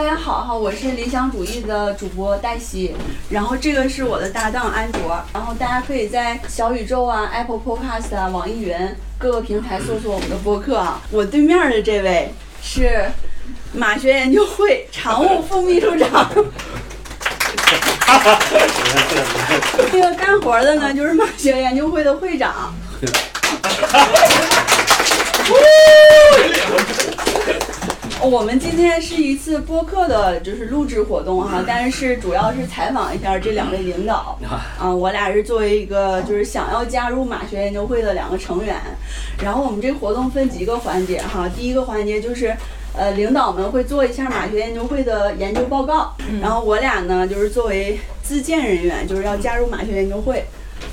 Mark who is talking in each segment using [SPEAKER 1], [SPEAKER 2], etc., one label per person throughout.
[SPEAKER 1] 大家好哈，我是理想主义的主播黛西，然后这个是我的搭档安卓，然后大家可以在小宇宙啊、Apple Podcast 啊、网易云各个平台搜索我们的播客啊。我对面的这位是马学研究会常务副秘书长。这个干活的呢，就是马学研究会的会长。我们今天是一次播客的，就是录制活动哈，但是主要是采访一下这两位领导。啊、我俩是作为一个就是想要加入马学研究会的两个成员。然后我们这个活动分几个环节哈，第一个环节就是。呃，领导们会做一下马学研究会的研究报告，然后我俩呢，就是作为自荐人员，就是要加入马学研究会，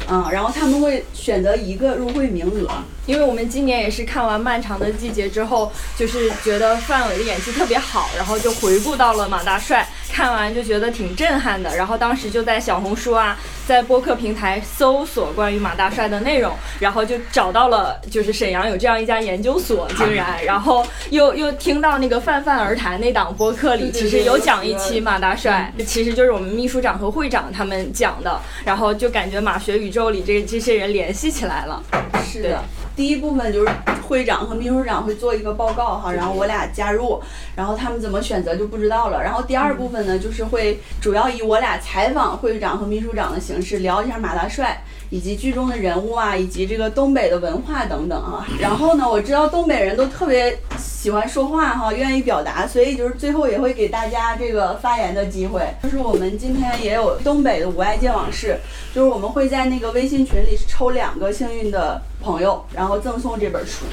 [SPEAKER 1] 啊，然后他们会选择一个入会名额，
[SPEAKER 2] 因为我们今年也是看完《漫长的季节》之后，就是觉得范伟的演技特别好，然后就回顾到了马大帅，看完就觉得挺震撼的。然后当时就在小红书啊，在播客平台搜索关于马大帅的内容，然后就找到了，就是沈阳有这样一家研究所，竟然，然后又又听到那个泛泛而谈那档播客里，
[SPEAKER 1] 对对
[SPEAKER 2] 其实
[SPEAKER 1] 对嗯
[SPEAKER 2] 有讲一期马大帅，其实就是我们秘书长和会长他们讲的，然后就感觉马学宇宙里这这些人联系起来了。
[SPEAKER 1] 是
[SPEAKER 2] 对
[SPEAKER 1] 的，第一部分就是会长和秘书长会做一个报告哈，然后我俩加入，然后他们怎么选择就不知道了。然后第二部分呢，就是会主要以我俩采访会长和秘书长的形式聊一下马大帅。以及剧中的人物啊，以及这个东北的文化等等啊。然后呢，我知道东北人都特别喜欢说话哈，愿意表达，所以就是最后也会给大家这个发言的机会。就是我们今天也有东北的无爱见往事，就是我们会在那个微信群里抽两个幸运的朋友，然后赠送这本书。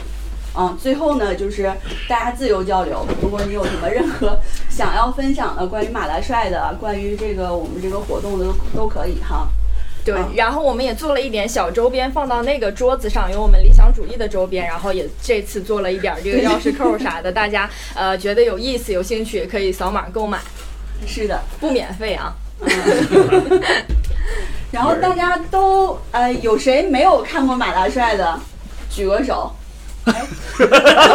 [SPEAKER 1] 啊，最后呢，就是大家自由交流。如果你有什么任何想要分享的关于马大帅的，关于这个我们这个活动的都都可以哈。
[SPEAKER 2] 对
[SPEAKER 1] 嗯，
[SPEAKER 2] 然后我们也做了一点小周边，放到那个桌子上，有我们理想主义的周边，然后也这次做了一点儿这个钥匙扣啥的，大家呃觉得有意思、有兴趣可以扫码购买，
[SPEAKER 1] 是的，
[SPEAKER 2] 不免费啊。
[SPEAKER 1] 然后大家都呃，有谁没有看过马大帅的，举个手。哎就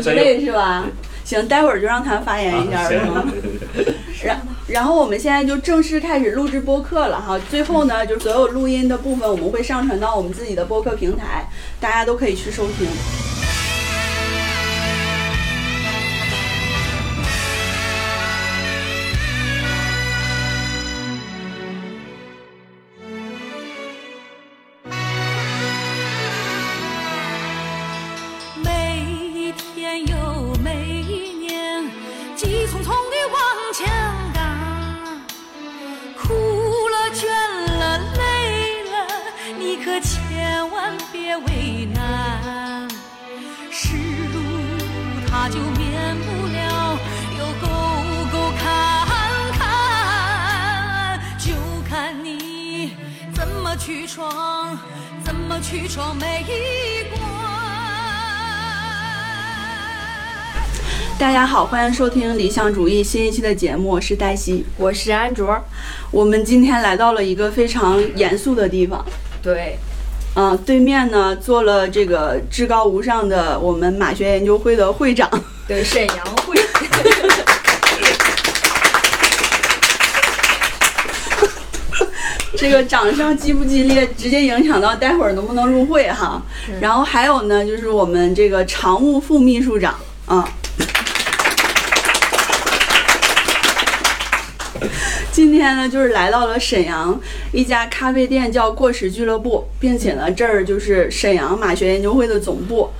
[SPEAKER 1] 就一位是吧？行，待会儿就让他发言一下，
[SPEAKER 3] 啊
[SPEAKER 1] 是吗？然然后我们现在就正式开始录制播客了哈。最后呢，就是所有录音的部分，我们会上传到我们自己的播客平台，大家都可以去收听。
[SPEAKER 3] 每一天又每一年，急匆匆地往前赶，哭了、倦了、累了，你可千万别为难。是路它就免不了有沟沟坎坎，就看你怎么去闯，怎么去闯每一关。
[SPEAKER 1] 大家好，欢迎收听理想主义新一期的节目，我是黛西。
[SPEAKER 2] 我是安卓，
[SPEAKER 1] 我们今天来到了一个非常严肃的地方。
[SPEAKER 2] 对，
[SPEAKER 1] 嗯，对面呢坐了这个至高无上的我们马学研究会的会长，
[SPEAKER 2] 对，沈阳会，
[SPEAKER 1] 这个掌声激不激烈，直接影响到待会儿能不能入会哈。
[SPEAKER 2] 嗯
[SPEAKER 1] 然后还有呢，就是我们这个常务副秘书长啊。今天呢，就是来到了沈阳一家咖啡店，叫过时俱乐部，并且呢，这儿就是沈阳马学研究会的总部。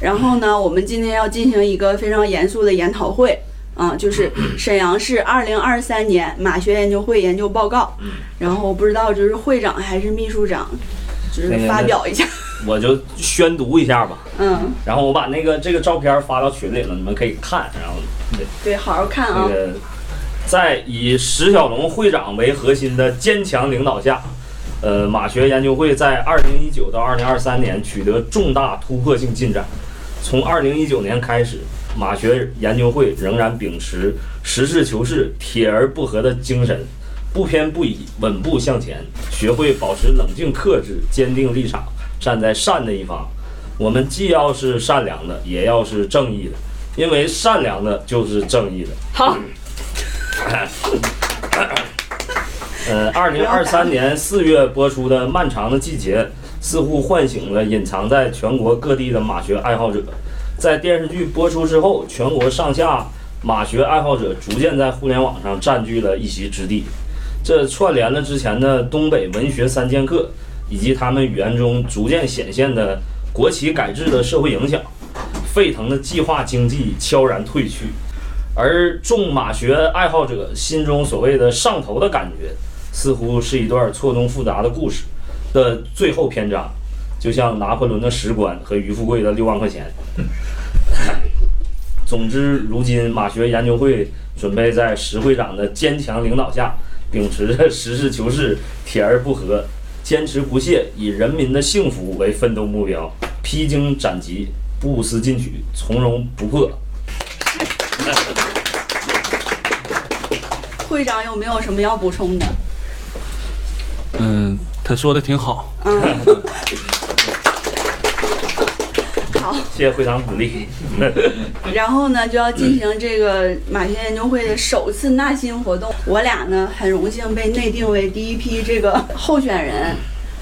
[SPEAKER 1] 然后呢，我们今天要进行一个非常严肃的研讨会，啊，就是沈阳市二零二三年马学研究会研究报告。然后不知道就是会长还是秘书长，就是发表一下，
[SPEAKER 4] 我就宣读一下吧。
[SPEAKER 1] 嗯，
[SPEAKER 4] 然后我把那个这个照片发到群里了，你们可以看。然后
[SPEAKER 1] 对，好好看啊
[SPEAKER 4] 那，个，在以石小龙会长为核心的坚强领导下，呃，马学研究会在二零一九到二零二三年取得重大突破性进展。从二零一九年开始，马学研究会仍然秉持实事求是、铁而不合的精神，不偏不倚，稳步向前，学会保持冷静克制，坚定立场，站在善的一方。我们既要是善良的，也要是正义的，因为善良的就是正义的。
[SPEAKER 2] 好，
[SPEAKER 4] 呃，二零二三年四月播出的《漫长的季节》，似乎唤醒了隐藏在全国各地的马学爱好者。在电视剧播出之后，全国上下马学爱好者逐渐在互联网上占据了一席之地。这串联了之前的东北文学三剑客，以及他们语言中逐渐显现的国企改制的社会影响。沸腾的计划经济悄然退去，而众马学爱好者心中所谓的上头的感觉，似乎是一段错综复杂的故事的最后篇章，就像拿破仑的石棺和于富贵的六万块钱。总之，如今马学研究会准备在石会长的坚强领导下，秉持着实事求是、铁而不和、坚持不懈，以人民的幸福为奋斗目标，披荆斩棘，不思进取，从容不迫。
[SPEAKER 1] 会长有没有什么要补充的？
[SPEAKER 5] 嗯，他说的挺好，
[SPEAKER 1] 嗯
[SPEAKER 4] 谢谢会长鼓励。
[SPEAKER 1] 然后呢，就要进行这个马学研究会的首次纳新活动。我俩呢，很荣幸被内定为第一批这个候选人。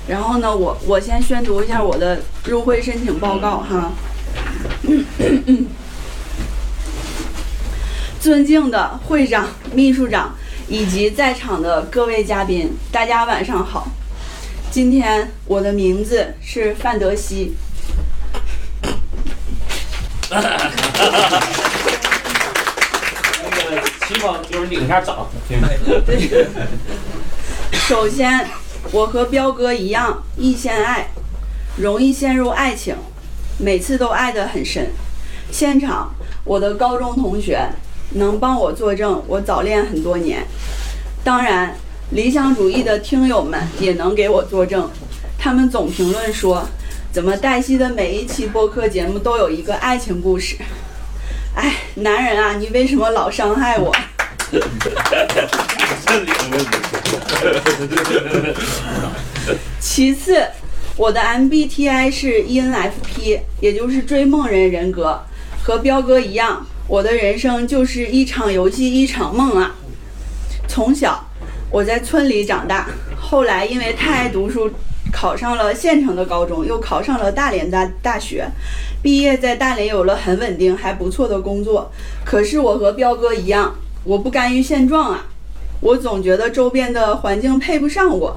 [SPEAKER 1] 然后呢，我我先宣读一下我的入会申请报告哈。尊敬的会长、秘书长以及在场的各位嘉宾，大家晚上好。今天我的名字是范德西，
[SPEAKER 4] 那个齐宝就是领一下掌，
[SPEAKER 1] 首先，我和彪哥一样易陷爱，容易陷入爱情，每次都爱得很深。现场，我的高中同学能帮我作证，我早恋很多年。当然，理想主义的听友们也能给我作证，他们总评论说，怎么黛西的每一期播客节目都有一个爱情故事？ 哎，男人啊，你为什么老伤害我？
[SPEAKER 4] 这领的
[SPEAKER 1] 其次，我的 MBTI 是 E ENFP，也就是追梦人人格。和彪哥一样，我的人生就是一场游戏一场梦啊！从小我在村里长大，后来因为太爱读书，考上了县城的高中，又考上了大连大大学。毕业在大连有了很稳定还不错的工作，可是我和彪哥一样，我不甘于现状啊！我总觉得周边的环境配不上我，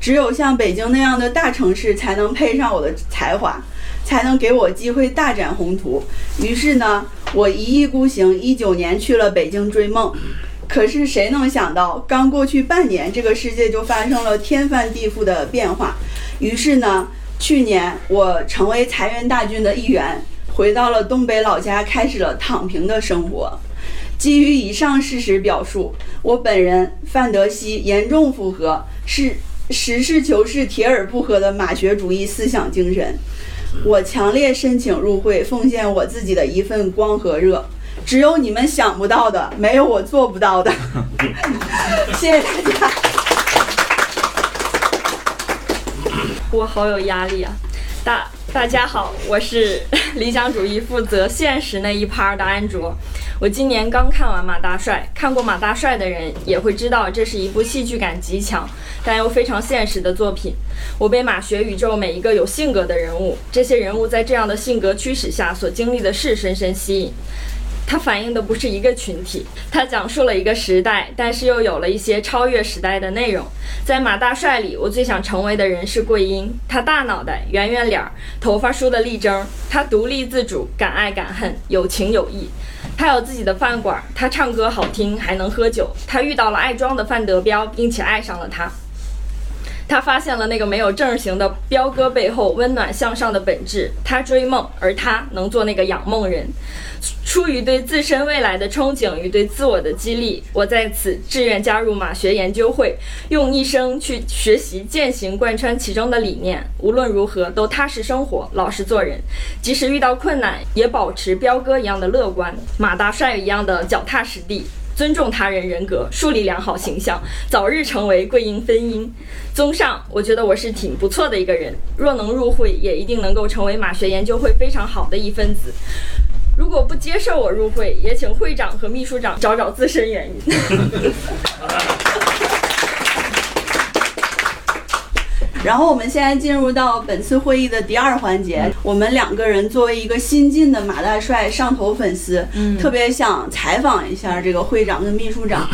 [SPEAKER 1] 只有像北京那样的大城市才能配上我的才华，才能给我机会大展宏图。于是呢，我一意孤行，一九年去了北京追梦。可是谁能想到，刚过去半年，这个世界就发生了天翻地覆的变化。于是呢，去年我成为财源大军的一员，回到了东北老家，开始了躺平的生活。基于以上事实表述，我本人范德西严重符合是实事求是、铁而不和的马学主义思想精神。我强烈申请入会，奉献我自己的一份光和热。只有你们想不到的，没有我做不到的。谢谢大家。
[SPEAKER 2] 我好有压力啊！大大家好，我是 理想主义负责现实那一趴的安卓。我今年刚看完《马大帅》，看过《马大帅》的人也会知道，这是一部戏剧感极强但又非常现实的作品。我被马学宇宙每一个有性格的人物，这些人物在这样的性格驱使下所经历的事深深吸引。它反映的不是一个群体，它讲述了一个时代，但是又有了一些超越时代的内容。在《马大帅》里，我最想成为的人是桂英，她大脑袋、圆圆脸儿、头发梳得立正，她独立自主、敢爱敢恨、有情有义。她有自己的饭馆，她唱歌好听，还能喝酒。她遇到了爱装的范德彪，并且爱上了他。他发现了那个没有正形的彪哥背后温暖向上的本质。他追梦，而他能做那个养梦人。出于对自身未来的憧憬与对自我的激励，我在此志愿加入马学研究会，用一生去学习践行贯穿其中的理念。无论如何，都踏实生活，老实做人。即使遇到困难，也保持彪哥一样的乐观，马大帅一样的脚踏实地。尊重他人人格，树立良好形象，早日成为贵英分英。综上，我觉得我是挺不错的一个人，若能入会，也一定能够成为马学研究会非常好的一分子。如果不接受我入会，也请会长和秘书长找找自身原因。
[SPEAKER 1] 然后我们现在进入到本次会议的第二环节，
[SPEAKER 4] 嗯
[SPEAKER 1] 我们两个人作为一个新晋的马大帅上头粉丝，
[SPEAKER 2] 嗯
[SPEAKER 1] 特别想采访一下这个会长跟秘书 长。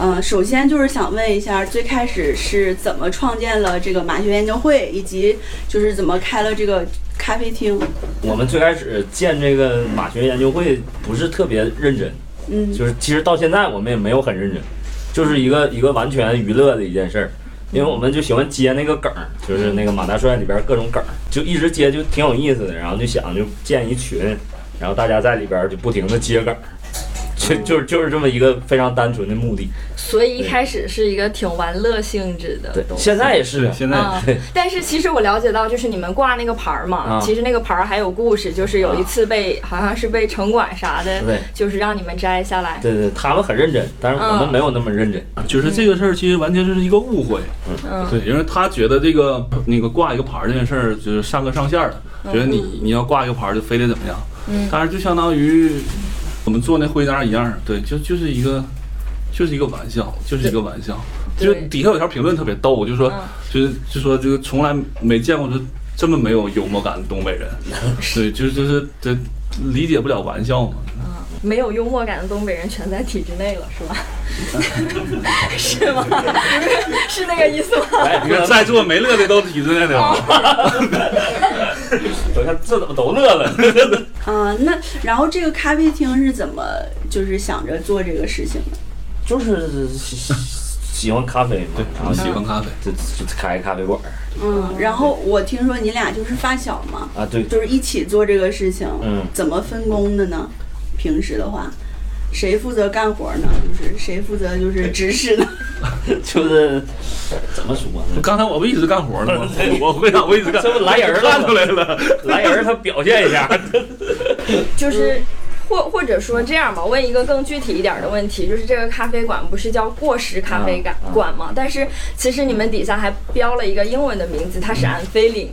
[SPEAKER 1] 嗯、首先就是想问一下，最开始是怎么创建了这个马学研究会，以及就是怎么开了这个咖啡厅？
[SPEAKER 4] 我们最开始建这个马学研究会不是特别认真，
[SPEAKER 1] 嗯
[SPEAKER 4] 就是其实到现在我们也没有很认真，就是一个一个完全娱乐的一件事儿，因为我们就喜欢接那个梗儿，就是那个马大帅里边各种梗儿，就一直接就挺有意思的，然后就想就建一群，然后大家在里边就不停的接梗儿，就就是就是这么一个非常单纯的目的。
[SPEAKER 2] 所以一开始是一个挺玩乐性质的
[SPEAKER 4] 对，
[SPEAKER 2] 东西。
[SPEAKER 4] 现在也是
[SPEAKER 5] 对，
[SPEAKER 4] 啊，
[SPEAKER 5] 现在
[SPEAKER 2] 啊、 但是其实我了解到，就是你们挂那个牌儿嘛，
[SPEAKER 4] 啊
[SPEAKER 2] 其实那个牌儿还有故事，就是有一次被、好像是被城管啥的，
[SPEAKER 4] 对
[SPEAKER 2] 就是让你们摘下来。
[SPEAKER 4] 对对，他们很认真，但是 我们
[SPEAKER 2] 嗯
[SPEAKER 4] 没有那么认真。
[SPEAKER 5] 就是这个事儿，其实完全就是一个误会。
[SPEAKER 2] 嗯
[SPEAKER 5] 对，因为他觉得这个那个挂一个牌儿这件事儿就是上纲上线儿的，觉得
[SPEAKER 4] 嗯
[SPEAKER 5] 你你要挂一个牌儿就非得怎么样。
[SPEAKER 2] 嗯
[SPEAKER 5] 但是就相当于我们做那徽章一样，对，就就是一个就是一个玩笑，就是一个玩笑。就
[SPEAKER 2] 对
[SPEAKER 5] 底下有条评论特别逗，就说
[SPEAKER 2] 嗯
[SPEAKER 5] 就是就说这个从来没见过就这么没有幽默感的东 北人，对，就是就是这理解不了玩笑嘛。
[SPEAKER 2] 没有幽默感的东北人全在体制内了，是吧？是吗？ 是那个意思吗？
[SPEAKER 4] 哎，
[SPEAKER 5] 你看在座没乐的都体制内的
[SPEAKER 2] 哦
[SPEAKER 5] 了。
[SPEAKER 4] 我看这怎么都乐了？
[SPEAKER 1] 啊、那然后这个咖啡厅是怎么就是想着做这个事情的？
[SPEAKER 4] 就是喜喜喜欢咖啡嘛，然后
[SPEAKER 5] 我
[SPEAKER 4] 喜
[SPEAKER 5] 喜
[SPEAKER 4] 欢
[SPEAKER 5] 欢咖啡，
[SPEAKER 4] 就就开咖啡馆儿
[SPEAKER 1] 嗯，然后我听说你俩就是发小嘛，
[SPEAKER 4] 啊，对，
[SPEAKER 1] 就是一起做这个事情，
[SPEAKER 4] 嗯
[SPEAKER 1] 怎么分工的呢？平时的话，谁负责干活呢？就是谁负责就是指使呢？
[SPEAKER 4] 就是怎么说呢？
[SPEAKER 5] 刚才我不一直干 活呢吗？我会 长我一直干，
[SPEAKER 4] 这不来人了吗
[SPEAKER 5] 看出来了。
[SPEAKER 4] 来人他表现一下，
[SPEAKER 2] 就是。或或者说这样吧，问一个更具体一点的问题，就是这个咖啡馆不是叫过时咖啡馆
[SPEAKER 4] 啊啊
[SPEAKER 2] 馆吗？但是其实你们底下还标了一个英文的名字，它
[SPEAKER 4] 嗯
[SPEAKER 2] 是 unfailing。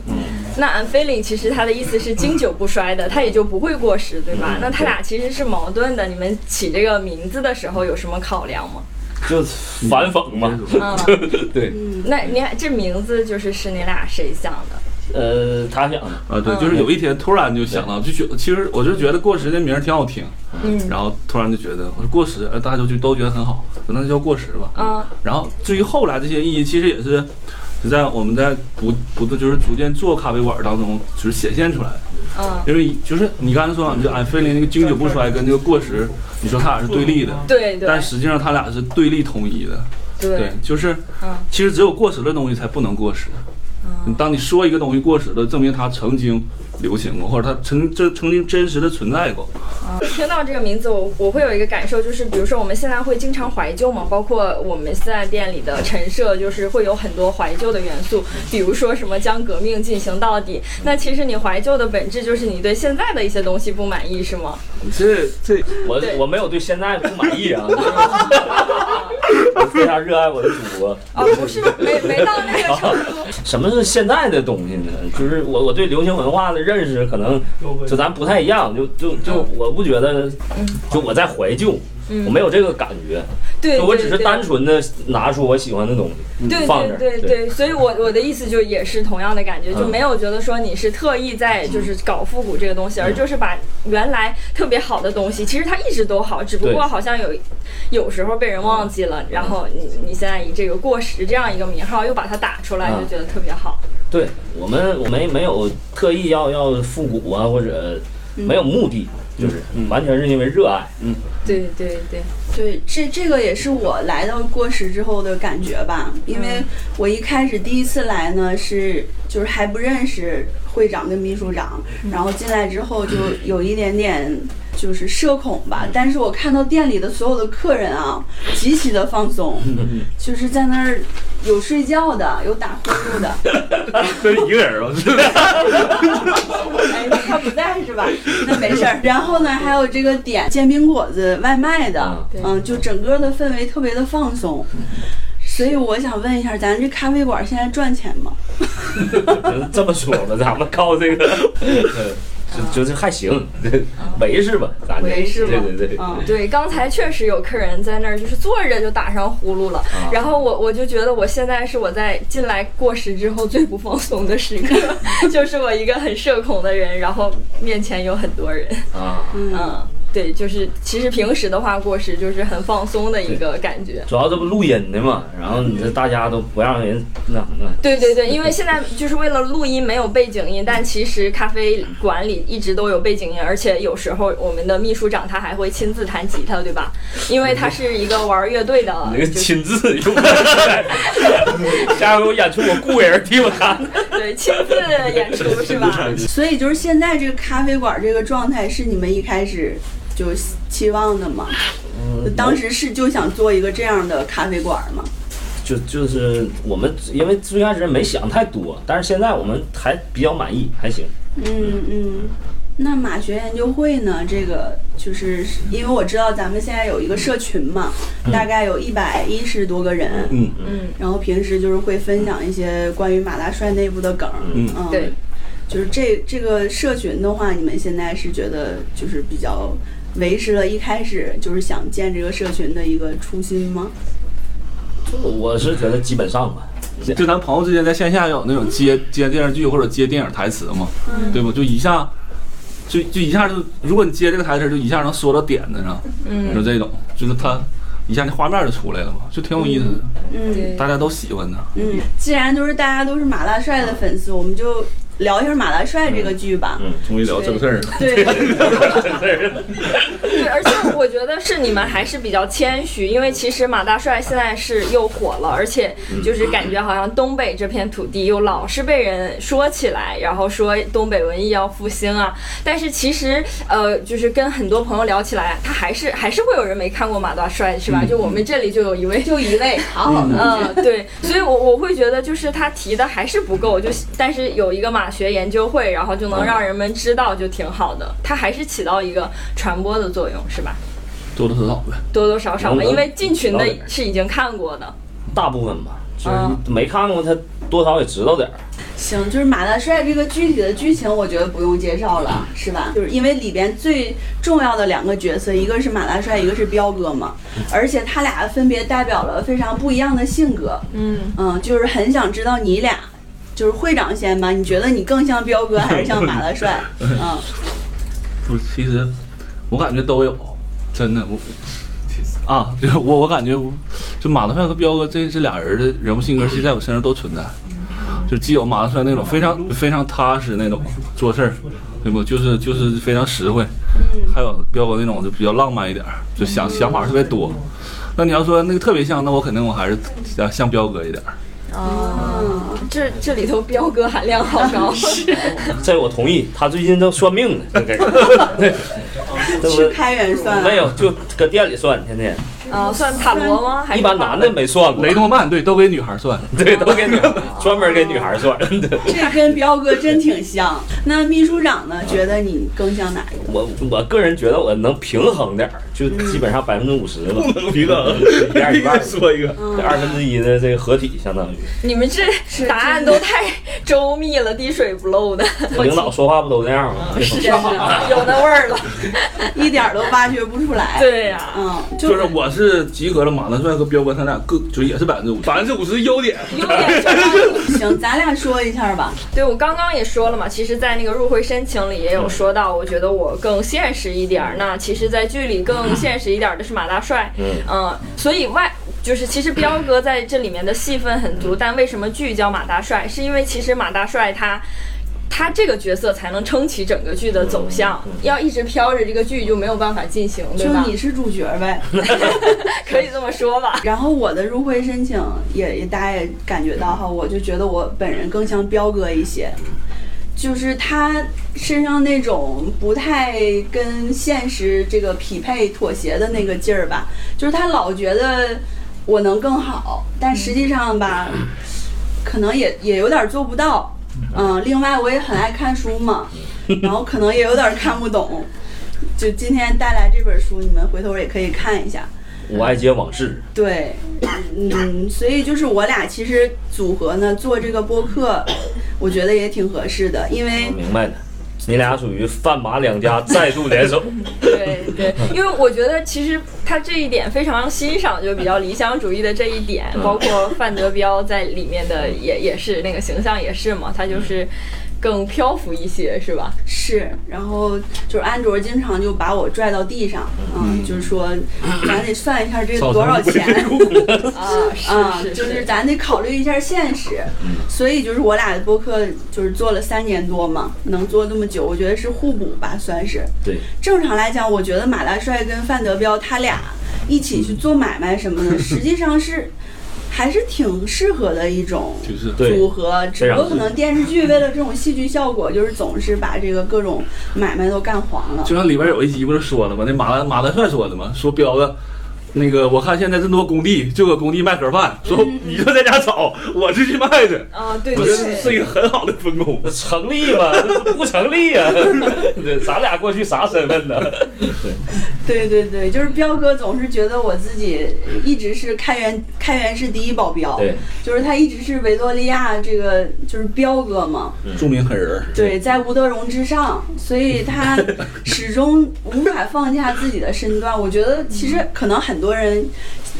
[SPEAKER 2] 那 unfailing 其实它的意思是经久不衰的，它也就不会过时，对吧
[SPEAKER 4] 嗯？
[SPEAKER 2] 那它俩其实是矛盾的。你们起这个名字的时候有什么考量吗？
[SPEAKER 4] 就反讽嘛。
[SPEAKER 2] 嗯，
[SPEAKER 4] 对，
[SPEAKER 2] 那你看这名字就是是你俩谁想的？
[SPEAKER 4] 呃，他想的，
[SPEAKER 5] 啊，对，
[SPEAKER 2] 嗯
[SPEAKER 5] 就是有一天突然就想到，就觉其实我就觉得过时这名儿挺好听，
[SPEAKER 2] 嗯
[SPEAKER 5] 然后突然就觉得我说过时，呃大家就就都觉得很好，那就叫过时吧。
[SPEAKER 2] 啊
[SPEAKER 5] 然后至于后来这些意义，其实也是就在我们在不不断就是逐渐做咖啡馆当中，就是显现出来的。
[SPEAKER 2] 嗯，
[SPEAKER 5] 因为就是你刚才说嘛，你就俺菲林那个经久不衰跟这个过时，你说它俩是对立的，
[SPEAKER 2] 嗯对对
[SPEAKER 5] 但实际上它俩是对立统一的。对
[SPEAKER 2] 对，，
[SPEAKER 5] 就是
[SPEAKER 2] 嗯，
[SPEAKER 5] 其实只有过时的东西才不能过时。你嗯当你说一个东西过时了，证明它曾经流行过，或者它曾这曾经真实的存在过。
[SPEAKER 2] 啊听到这个名字，我我会有一个感受，就是比如说我们现在会经常怀旧嘛，包括我们现在店里的陈设，就是会有很多怀旧的元素，比如说什么将革命进行到底。那其实你怀旧的本质就是你对现在的一些东西不满意，是吗？
[SPEAKER 5] 这这
[SPEAKER 4] 我
[SPEAKER 2] 对
[SPEAKER 4] 我没有对现在不 满意啊，我非常热爱我的祖国。
[SPEAKER 2] 哦，不是，没没到那个程度。
[SPEAKER 4] 什么是现在的东西呢？就是我我对流行文化的认识可能就咱不太一样，就就就我不觉得，
[SPEAKER 2] 嗯
[SPEAKER 4] 就我在怀旧，我没有这个感觉，
[SPEAKER 2] 对，
[SPEAKER 4] 就我只是
[SPEAKER 2] 对对
[SPEAKER 4] 单纯的拿出我喜欢的东西，
[SPEAKER 2] 对
[SPEAKER 4] 嗯放这儿
[SPEAKER 2] 对对
[SPEAKER 4] 对嗯
[SPEAKER 2] 对，所以我我的意思就也是同样的感觉，就没有觉得说你是特意在就是搞复古这个东西，
[SPEAKER 4] 嗯
[SPEAKER 2] 而就是把原来特别好的东西，其实它一直都好，只不
[SPEAKER 4] 对
[SPEAKER 2] 过好像有有时候被人忘记了，然后你你现在以这个过时这样一个名号又把它打出来，
[SPEAKER 4] 嗯
[SPEAKER 2] 就觉得特别好。
[SPEAKER 4] 对我们，我们没有特意要要复古啊，或者
[SPEAKER 2] 嗯
[SPEAKER 4] 没有目的，就是完全是因为热爱。
[SPEAKER 2] 对对对，
[SPEAKER 1] 对，这这个也是我来到过时之后的感觉吧，因
[SPEAKER 2] 嗯
[SPEAKER 1] 为我一开始第一次来呢是就是还不认识会长跟秘书长，
[SPEAKER 2] 嗯
[SPEAKER 1] 然后进来之后就有一点点就是社恐吧，
[SPEAKER 2] 嗯
[SPEAKER 1] 但是我看到店里的所有的客人啊，极其的放松，
[SPEAKER 4] 嗯
[SPEAKER 1] 就是在那儿有睡觉的，有打呼噜的，
[SPEAKER 5] 这一个人吧，
[SPEAKER 1] 哎，他不在是吧？那没事儿。然后呢，还有这个点煎饼果子外卖的，
[SPEAKER 2] 嗯
[SPEAKER 1] 嗯，就整个的氛围特别的放松。所以我想问一下，咱这咖啡馆现在赚钱吗？
[SPEAKER 4] 这么说吧，咱们靠这个，就就是还行，
[SPEAKER 2] 啊
[SPEAKER 4] 维是吧？咱这
[SPEAKER 1] 维是吧
[SPEAKER 4] 对对对，
[SPEAKER 1] 嗯
[SPEAKER 2] 对，刚才确实有客人在那儿，就是坐着就打上呼噜了。
[SPEAKER 4] 啊
[SPEAKER 2] 然后我我就觉得我现在是我在进来过时之后最不放松的时 刻，就是我一个很社恐的人，然后面前有很多人。
[SPEAKER 4] 啊。
[SPEAKER 2] 嗯，对，就是其实平时的话，过时就是很放松的一个感觉。
[SPEAKER 4] 主要这不录音的嘛，然后你这大家都不让人那什么，
[SPEAKER 2] 对对对，因为现在就是为了录音没有背景音，但其实咖啡馆里一直都有背景音，而且有时候我们的秘书长他还会亲自弹吉他，对吧？因为他是一个玩乐队的，
[SPEAKER 4] 你那个亲自用不出来，下回我演出我雇个人替我弹。
[SPEAKER 2] 对，亲自演 出是吧？
[SPEAKER 1] 所以就是现在这个咖啡馆这个状态是你们一开始就期望的吗？
[SPEAKER 4] 嗯
[SPEAKER 1] 就当时是就想做一个这样的咖啡馆吗？
[SPEAKER 4] 就就是我们因为最开始没想太多，但是现在我们还比较满意，还行。
[SPEAKER 1] 嗯嗯。那马学研究会呢？这个就是因为我知道咱们现在有一个社群嘛，大概有一百一十多个人。
[SPEAKER 5] 嗯
[SPEAKER 2] 嗯，
[SPEAKER 1] 然后平时就是会分享一些关于马大帅内部的梗，
[SPEAKER 5] 嗯
[SPEAKER 2] 对，
[SPEAKER 1] 就是这这个社群的话，你们现在是觉得就是比较维持了一开始就是想建这个社群的一个初心吗？
[SPEAKER 4] 这个我是觉得基本上吧，
[SPEAKER 5] 就咱朋友之间在线下有那种接接电视剧或者接电影台词嘛，
[SPEAKER 1] 嗯
[SPEAKER 5] 对吧？就一下，就就一下就，如果你接这个台词，就一下能说到点子上，就
[SPEAKER 2] 嗯，
[SPEAKER 5] 这种，就是他一下那画面就出来了嘛，就挺有意思的，
[SPEAKER 1] 嗯
[SPEAKER 2] 对，
[SPEAKER 5] 大家都喜欢他。
[SPEAKER 1] 嗯，既然就是大家都是马大帅的粉丝，我们就聊一下马大帅这个剧吧。
[SPEAKER 4] 嗯
[SPEAKER 5] 终于聊正事儿了，
[SPEAKER 1] 对，
[SPEAKER 2] 对，而且我觉得是你们还是比较谦虚，因为其实马大帅现在是又火了，而且就是感觉好像东北这片土地又老是被人说起来，然后说东北文艺要复兴啊。但是其实呃，就是跟很多朋友聊起来，他还是还是会有人没看过马大帅，是吧？就我们这里就有一位
[SPEAKER 1] 就一位，好好的。
[SPEAKER 2] 嗯，对，所以我我会觉得就是他提的还是不够，就是但是有一个马学研究会，然后就能让人们知道，就挺好的，它还是起到一个传播的作用，是吧？
[SPEAKER 5] 多多少少呗。
[SPEAKER 2] 多多少少吧，
[SPEAKER 4] 能
[SPEAKER 2] 因为进群的
[SPEAKER 4] 能了解
[SPEAKER 2] 是已经看过的，
[SPEAKER 4] 大部分吧，就
[SPEAKER 5] 嗯
[SPEAKER 4] 是没看过他多少也知道点 儿。
[SPEAKER 1] 行，就是马大帅这个具体的剧情，我觉得不用介绍了，是吧？就是因为里边最重要的两个角色，一个是马大帅，一个是彪哥嘛，而且他俩分别代表了非常不一样的性格。
[SPEAKER 2] 嗯，
[SPEAKER 1] 嗯，就是很想知道你俩，就是会长先吧，你觉得你更像彪哥还是像马大帅？嗯，
[SPEAKER 5] 不，其实我感觉都有，真的我。啊， 就是我，我感觉我，就马大帅和彪哥这这俩人的人物性格，其实在我身上都存在。就既有马大帅那种非常非常踏实那种做事儿，对不？就是就是非常实惠，还有彪哥那种就比较浪漫一点儿，就想想法特别多。那你要说那个特别像，那我肯定我还是像像彪哥一点儿。
[SPEAKER 2] 啊，这这里头彪哥含量好高，
[SPEAKER 4] 这我同意，他最近都算命呢， 这个人对，
[SPEAKER 5] 哦
[SPEAKER 1] 去
[SPEAKER 4] 这
[SPEAKER 1] 开源算
[SPEAKER 4] 不
[SPEAKER 1] 啊
[SPEAKER 4] 没有就搁店里算，天天
[SPEAKER 2] 啊，算塔罗吗？
[SPEAKER 5] 哎
[SPEAKER 2] 还是
[SPEAKER 4] 一般男的没算过
[SPEAKER 5] 雷，诺曼对，都给女孩算。
[SPEAKER 4] 对，都给女孩专门给女孩 算。对，
[SPEAKER 1] 这跟彪哥真挺像。那秘书长呢？觉得你更像哪一个？
[SPEAKER 4] 我我个人觉得我能平衡点儿，就基本上百分之五十了，
[SPEAKER 5] 嗯能平衡
[SPEAKER 4] 一半儿一半儿，
[SPEAKER 5] 说一个，
[SPEAKER 4] 这 二分之一的这个合体相当于。
[SPEAKER 2] 你们这答案都太 周密了，滴水不漏的，
[SPEAKER 4] 领导说话不都那样 吗？
[SPEAKER 2] 是是 有那味儿了，
[SPEAKER 1] 一点儿都挖掘不出来。，
[SPEAKER 2] 对呀、
[SPEAKER 1] 嗯，就
[SPEAKER 5] 就是我是集合了马大帅和彪哥，他俩各就也是百分之五，百分之五十优点。
[SPEAKER 2] 优点就让你
[SPEAKER 1] 行，咱俩说一下吧。
[SPEAKER 2] 对，我刚刚也说了嘛，其实，在那个入会申请里也
[SPEAKER 1] 嗯
[SPEAKER 2] 有说到，我觉得我更现实一点儿。那其实，在剧里
[SPEAKER 1] 嗯
[SPEAKER 2] 更现实一点儿的是马大帅，
[SPEAKER 4] 嗯
[SPEAKER 2] 所以外就是其实彪哥在这里面的戏份很足，但为什么剧叫马大帅？是因为其实马大帅他。他这个角色才能撑起整个剧的走向，要一直飘着这个剧就没有办法进行，对
[SPEAKER 1] 嗯就
[SPEAKER 2] 吧？
[SPEAKER 1] 你是主角呗。
[SPEAKER 2] 可以这么说吧。
[SPEAKER 1] 然后我的入会申请也也大家也感觉到哈，我就觉得我本人更像彪哥一些，就是他身上那种不太跟现实这个匹配妥协的那个劲儿吧，就是他老觉得我能更好，但实际上吧，可能也也有点做不到。嗯，另外我也很爱看书嘛，然后可能也有点看不懂。就今天带来这本书，你们回头也可以看一下。
[SPEAKER 4] 我爱接往事，
[SPEAKER 1] 对，嗯，所以就是我俩其实组合呢做这个播客，我觉得也挺合适的，因为
[SPEAKER 4] 我明白的。你俩属于范马两家再度联手。
[SPEAKER 2] 对对，因为我觉得其实他这一点非常欣赏，就比较理想主义的这一点，包括范德彪在里面的也也是那个形象也是嘛，他就是更漂浮一些，是吧？
[SPEAKER 1] 是，然后就是安卓经常就把我拽到地上，嗯，就是说咱得算一下这多少钱，
[SPEAKER 2] 啊，
[SPEAKER 1] 啊，
[SPEAKER 2] 是是
[SPEAKER 1] 就是
[SPEAKER 2] 是，
[SPEAKER 1] 咱得考虑一下现实。所以就是我俩的播客就是做了三年多嘛，能做这么久，我觉得是互补吧，算是。
[SPEAKER 4] 对，
[SPEAKER 1] 正常来讲，我觉得马大帅跟范德彪他俩一起去做买卖什么 的，实际上是还是挺适合的一种
[SPEAKER 5] 就是
[SPEAKER 4] 对
[SPEAKER 1] 组合，只不过可能电视剧为了这种戏剧效果，就是总是把这个各种买卖都干黄了。
[SPEAKER 5] 就像里边有一集不是说了吗？那马大马大帅说的嘛，说彪子，那个我看现在这么多工地，就搁工地卖盒饭，说你就在家炒，我出去卖去。
[SPEAKER 2] 啊，嗯对
[SPEAKER 5] 我
[SPEAKER 2] 对
[SPEAKER 5] 觉得是
[SPEAKER 2] 对，
[SPEAKER 5] 一个很好的分工。
[SPEAKER 4] 成立 吗？ 不成立呀、对，咱俩过去啥身份呢？
[SPEAKER 1] 对对对，就是彪哥总是觉得我自己一直是开元开元市第一保镖，
[SPEAKER 4] 对，
[SPEAKER 1] 就是他一直是维多利亚这个就是彪哥嘛，
[SPEAKER 5] 著名狠人儿，
[SPEAKER 1] 对，在吴德荣之上，所以 他始终无法放下自己的身段。我觉得其实可能很多人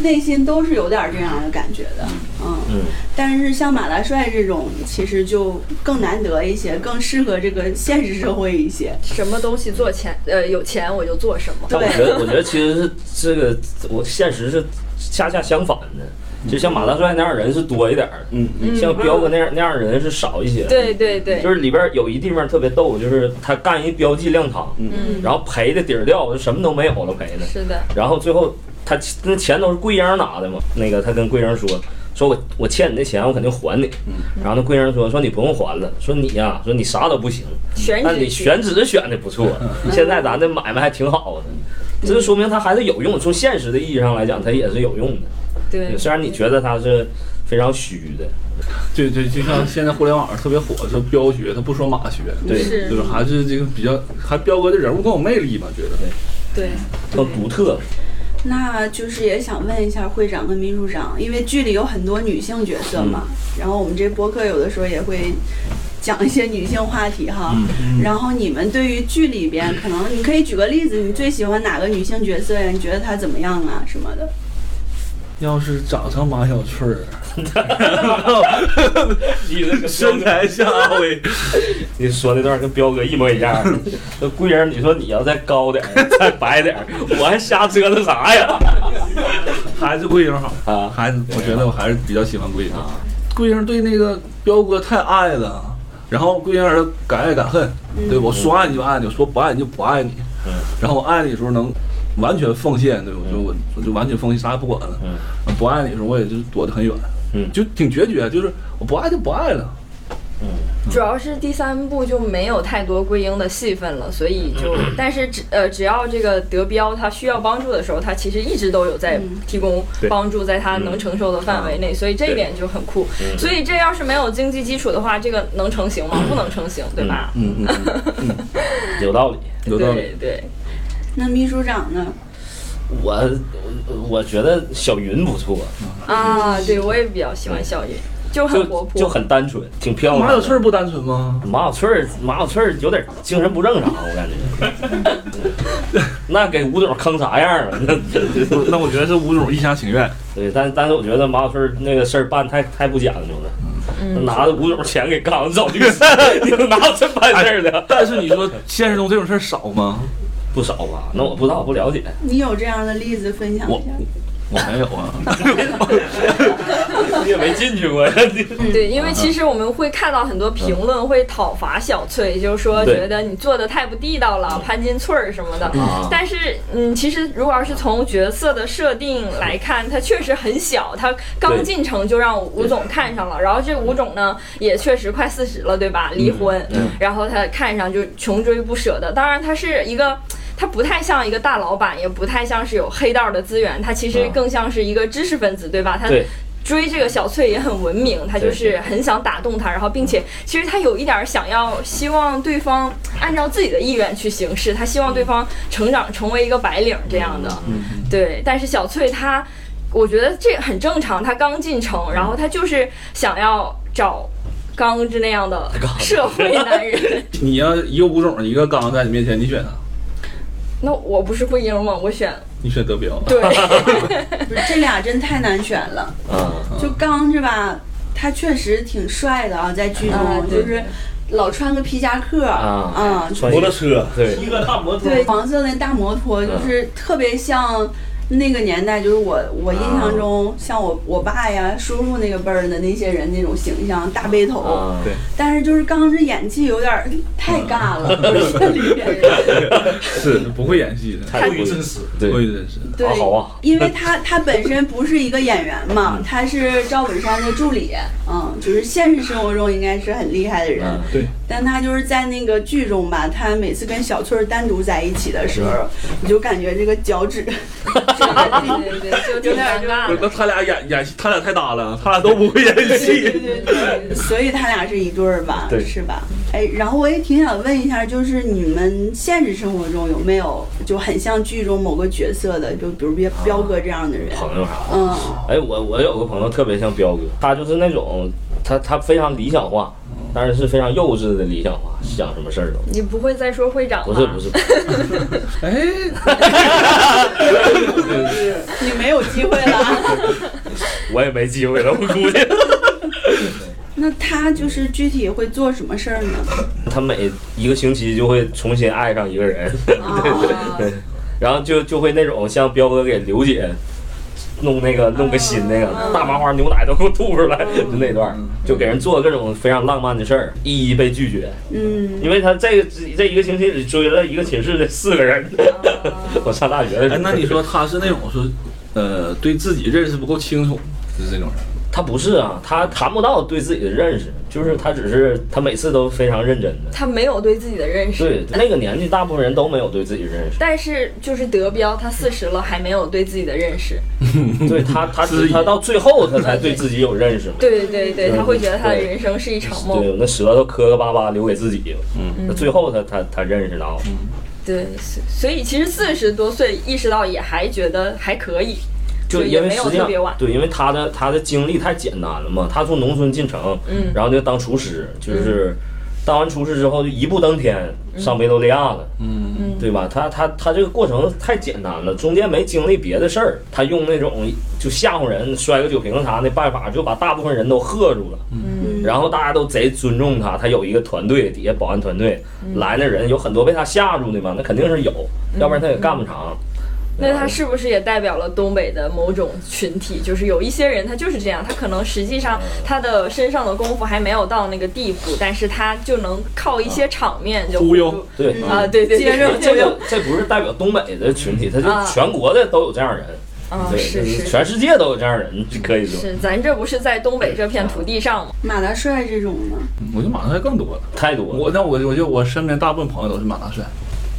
[SPEAKER 1] 内心都是有点儿这样的感觉的，嗯。
[SPEAKER 4] 嗯，
[SPEAKER 1] 但是像马大帅这种，其实就更难得一些，更适合这个现实社会一些。
[SPEAKER 2] 什么东西做钱，呃，有钱我就做什么。
[SPEAKER 4] 但我
[SPEAKER 1] 对
[SPEAKER 4] 觉得，我觉得其实是这个，我现实是恰恰相反的。就像马大帅那样人是多一点儿，
[SPEAKER 5] 嗯，
[SPEAKER 4] 像彪哥那样那样人是少一些。
[SPEAKER 2] 对对对，
[SPEAKER 4] 就是里边有一地方特别逗，就是他干一标记亮堂，
[SPEAKER 2] 嗯，
[SPEAKER 4] 然后赔的底儿掉，什么都没有了赔的。
[SPEAKER 2] 是的，
[SPEAKER 4] 然后最后他那钱都是桂英拿的嘛，那个他跟桂英说，说我我欠你的钱我肯定还你。然后那桂英说说你不用还了，说你呀、说你啥都不行，
[SPEAKER 2] 选
[SPEAKER 4] 但
[SPEAKER 2] 址
[SPEAKER 4] 你选址选的不错，现在咱这买卖还挺好的，这就说明他还是有用。从现实的意义上来讲，他也是有用的。
[SPEAKER 2] 对，
[SPEAKER 4] 虽然你觉得他是非常虚的，
[SPEAKER 5] 对对，就像现在互联网上特别火，说彪学，他不说马学，
[SPEAKER 4] 对，
[SPEAKER 2] 是
[SPEAKER 5] 就是还是这个比较，还彪哥的人物更有魅力吧？觉得
[SPEAKER 2] 对，
[SPEAKER 4] 更独特。
[SPEAKER 1] 那就是也想问一下会长跟秘书长，因为剧里有很多女性角色嘛，然后我们这播客有的时候也会讲一些女性话题哈。然后你们对于剧里边，可能你可以举个例子，你最喜欢哪个女性角色呀？你觉得她怎么样啊什么的？
[SPEAKER 5] 要是长成马小翠儿，
[SPEAKER 4] 你这个
[SPEAKER 5] 身材像阿威，
[SPEAKER 4] 你说那段跟彪哥一模一样。 那桂英，你说你要再高点儿，再白点儿，我还瞎折腾啥呀？
[SPEAKER 5] 还是桂英好
[SPEAKER 4] 啊
[SPEAKER 5] 还是我觉得我还是比较喜欢桂英。桂英对那个彪哥太爱了，然后桂英儿子敢爱敢恨，对我说爱你就爱你，我说不爱你就不爱你。
[SPEAKER 4] 嗯
[SPEAKER 5] 然后我爱你的时候能完全奉献，对我就我我就完全奉献，啥也不管了。
[SPEAKER 4] 嗯
[SPEAKER 5] 不爱你的时候我也就是躲得很远，
[SPEAKER 4] 嗯
[SPEAKER 5] 就挺决绝，就是我不爱就不爱了。
[SPEAKER 2] 主要是第三部就没有太多桂英的戏份了，所以 就，但是只呃只要这个德彪他需要帮助的时候，他其实一直都有在提供
[SPEAKER 4] 对
[SPEAKER 2] 帮助，在他能承受的范围内，所以这一点就很酷。所以这要是没有经济基础的话，这个能成型吗？不能成型，对吧？
[SPEAKER 5] 嗯嗯嗯，
[SPEAKER 4] 有道理。
[SPEAKER 5] 有道理
[SPEAKER 2] 对。对，
[SPEAKER 1] 那秘书长呢？
[SPEAKER 4] 我我我觉得小云不错，
[SPEAKER 2] 啊，对我也比较喜欢笑云，就很活
[SPEAKER 4] 嗯就
[SPEAKER 2] 泼，
[SPEAKER 4] 就很单纯，挺漂亮
[SPEAKER 5] 马
[SPEAKER 4] 的。
[SPEAKER 5] 小翠儿不单纯吗？
[SPEAKER 4] 马小翠儿，马小翠儿有点精神不正常，我感觉。 那给吴总坑啥样了？那
[SPEAKER 5] 那我觉得是吴总一厢情愿。
[SPEAKER 4] 对，但但是我觉得马小翠儿那个事儿办太太不讲究了，
[SPEAKER 5] 嗯
[SPEAKER 4] 拿着吴总钱给刚走，你 你哪有这办事儿的？
[SPEAKER 5] 哎但是你说现实中这种事儿少吗？
[SPEAKER 4] 不少吧？那我不知道，我不了解。
[SPEAKER 1] 你有这样的例子分享
[SPEAKER 5] 我
[SPEAKER 1] 一下？
[SPEAKER 5] 我没有啊，
[SPEAKER 4] 你也没进去过呀？你
[SPEAKER 2] 对，因为其实我们会看到很多评论会讨伐小翠，就是说
[SPEAKER 4] 嗯对
[SPEAKER 2] 觉得你做的太不地道了，潘金翠儿什么的
[SPEAKER 4] 啊。
[SPEAKER 2] 但是，嗯，其实如果要是从角色的设定来看，她确实很小，她刚
[SPEAKER 4] 嗯对
[SPEAKER 2] 进城就让吴总看上了。然后这吴总呢，也确实快四十了，对吧？
[SPEAKER 4] 嗯
[SPEAKER 2] 离婚，然后他看上就穷追不舍的。当然，他是一个。他不太像一个大老板，也不太像是有黑道的资源，他其实
[SPEAKER 4] 啊
[SPEAKER 2] 更像是一个知识分子，对
[SPEAKER 6] 哎
[SPEAKER 2] 吧？他
[SPEAKER 4] 对
[SPEAKER 2] 追这个小翠也很文明，他就是很想打动她，然后并且其实他有一点儿想要希望对方按照自己的意愿去行事，他希望对方成长成为一个白领这样的，
[SPEAKER 3] 嗯
[SPEAKER 2] 对。但是小翠她，我觉得这很正常，她刚进城，然后她就是想要找。刚之那样的社会男人。
[SPEAKER 5] 你要一个吴总，一个刚在你面前，你选啥？
[SPEAKER 2] 那我不是会赢吗？我选
[SPEAKER 5] 你选德彪。
[SPEAKER 2] 对，
[SPEAKER 1] 不是这俩真太难选了。
[SPEAKER 4] 啊，
[SPEAKER 1] 就刚是吧，他确实挺帅的啊，在剧中、
[SPEAKER 2] 啊对
[SPEAKER 1] 就是老穿个皮夹克
[SPEAKER 4] 啊
[SPEAKER 1] 嗯
[SPEAKER 4] 穿
[SPEAKER 7] 摩托车，
[SPEAKER 4] 对
[SPEAKER 5] 一个大摩托
[SPEAKER 1] 对，黄色那大摩
[SPEAKER 4] 嗯
[SPEAKER 1] 托就是特别像那个年代，就是我我印象
[SPEAKER 4] 啊
[SPEAKER 1] 中像我我爸呀、叔叔那个辈儿的那些人那种形象，大背头。
[SPEAKER 4] 啊，
[SPEAKER 5] 对
[SPEAKER 1] 但是就是刚是演技有点儿太尬了，
[SPEAKER 4] 嗯
[SPEAKER 1] 里 面人
[SPEAKER 5] 是不会演戏的，
[SPEAKER 4] 太过于真
[SPEAKER 7] 实。
[SPEAKER 5] 不
[SPEAKER 4] 对
[SPEAKER 5] 会真实。
[SPEAKER 1] 对，
[SPEAKER 4] 啊好啊
[SPEAKER 1] 因为他他本身不是一个演员嘛，他是赵本山的助理，嗯，就是现实生活中应该是很厉害的人，
[SPEAKER 4] 嗯
[SPEAKER 5] 对，
[SPEAKER 1] 但他就是在那个剧中吧，他每次跟小翠儿单独在一起的时候，你就感觉这个脚 趾
[SPEAKER 2] 对对对，就挺尴尬的。
[SPEAKER 5] 那他俩演演戏，他俩太搭了，他俩都不会演戏。
[SPEAKER 1] 对对，所以他俩是一对儿吧，
[SPEAKER 4] 对
[SPEAKER 1] 是吧？哎，然后我也挺想问一下，就是你们现实生活中有没有就很像剧中某个角色的，就比如彪彪哥这样的人？
[SPEAKER 4] 啊朋友啥的。
[SPEAKER 1] 嗯，
[SPEAKER 4] 哎，我我有个朋友特别像彪哥，他就是那种他他非常理想化，但是是非常幼稚的理想化，想什么事儿都
[SPEAKER 2] 你不会再说会长吧？
[SPEAKER 4] 不是不是，不是
[SPEAKER 5] 哎，
[SPEAKER 1] 你没有机会了。
[SPEAKER 4] 我也没机会了，我估计。
[SPEAKER 1] 那他就是具体会做什么事儿呢？
[SPEAKER 4] 他每一个星期就会重新爱上一个人，
[SPEAKER 1] 啊，
[SPEAKER 4] 对，然后就就会那种像彪哥给刘姐弄那
[SPEAKER 1] 嗯
[SPEAKER 4] 个弄个心那个大麻花牛奶都给我吐出来，就那段儿就给人做各种非常浪漫的事儿，一一被拒绝，
[SPEAKER 1] 嗯，
[SPEAKER 4] 因为他这这一个星期里追了一个寝室的四个人， 我上大学的时候
[SPEAKER 5] 哎，，那你说他是那种说，呃，对自己认识不够清楚，就是这种人。
[SPEAKER 4] 他不是啊，他谈不到对自己的认识，就是他只是他每次都非常认真的。
[SPEAKER 2] 他没有对自己的认识。
[SPEAKER 4] 对，那个年纪大部分人都没有对自己的 认识，
[SPEAKER 2] 但是就是德彪，他四十了还没有对自己的认识。
[SPEAKER 4] 对他他
[SPEAKER 5] 自己
[SPEAKER 4] 他到最后他才对自己有认识 嘛。
[SPEAKER 2] 对对对
[SPEAKER 4] 嗯
[SPEAKER 2] 对，他会觉得他的
[SPEAKER 4] 对
[SPEAKER 2] 人生是一场梦。
[SPEAKER 4] 对，那舌头磕磕巴巴留给自己，嗯，那最后他他他认识到，
[SPEAKER 2] 对，所所以其实四十多岁意识到也还觉得还可以，
[SPEAKER 4] 就
[SPEAKER 2] 也
[SPEAKER 4] 因为
[SPEAKER 2] 没有
[SPEAKER 4] 实际
[SPEAKER 2] 特
[SPEAKER 4] 上
[SPEAKER 2] 别晚。
[SPEAKER 4] 对，因为他的他的经历太简单了嘛，他从农村进城，
[SPEAKER 2] 嗯
[SPEAKER 4] 然后就当厨师，就是当完厨师之后就一步登天，上维多利亚了，嗯，对吧？他他他这个过程太简单了，中间没经历别的事儿，他用那种就吓唬人、摔个酒瓶啥的办法，就把大部分人都吓住了，嗯，然后大家都贼尊重他，他有一个团队，底下保安团队
[SPEAKER 2] 嗯
[SPEAKER 4] 来的人有很多被他吓住的嘛，那肯定是有，要不然他也
[SPEAKER 2] 嗯
[SPEAKER 4] 干不长。啊
[SPEAKER 2] 那他是不是也代表了东北的某种群体？就是有一些人他就是这样，他可能实际
[SPEAKER 4] 啊
[SPEAKER 2] 上他的身上的功夫还没有到那个地步，但是他就能靠一些场面就
[SPEAKER 5] 忽悠
[SPEAKER 4] 对
[SPEAKER 2] 嗯啊，对对，
[SPEAKER 1] 接着
[SPEAKER 2] 接
[SPEAKER 4] 这个这不是代表东北的群体，他
[SPEAKER 2] 啊
[SPEAKER 4] 就全国的都有这样人，
[SPEAKER 2] 啊，
[SPEAKER 4] 对，
[SPEAKER 2] 是
[SPEAKER 4] 就是全世界都有这样人，可以说
[SPEAKER 2] 是，咱这不是在东北这片土地上吗？
[SPEAKER 1] 马大帅这种呢？
[SPEAKER 5] 嗯我觉得马大帅更多了。
[SPEAKER 4] 太多
[SPEAKER 5] 我
[SPEAKER 4] 了。
[SPEAKER 5] 那我我就我身边大部分朋友都是马大帅，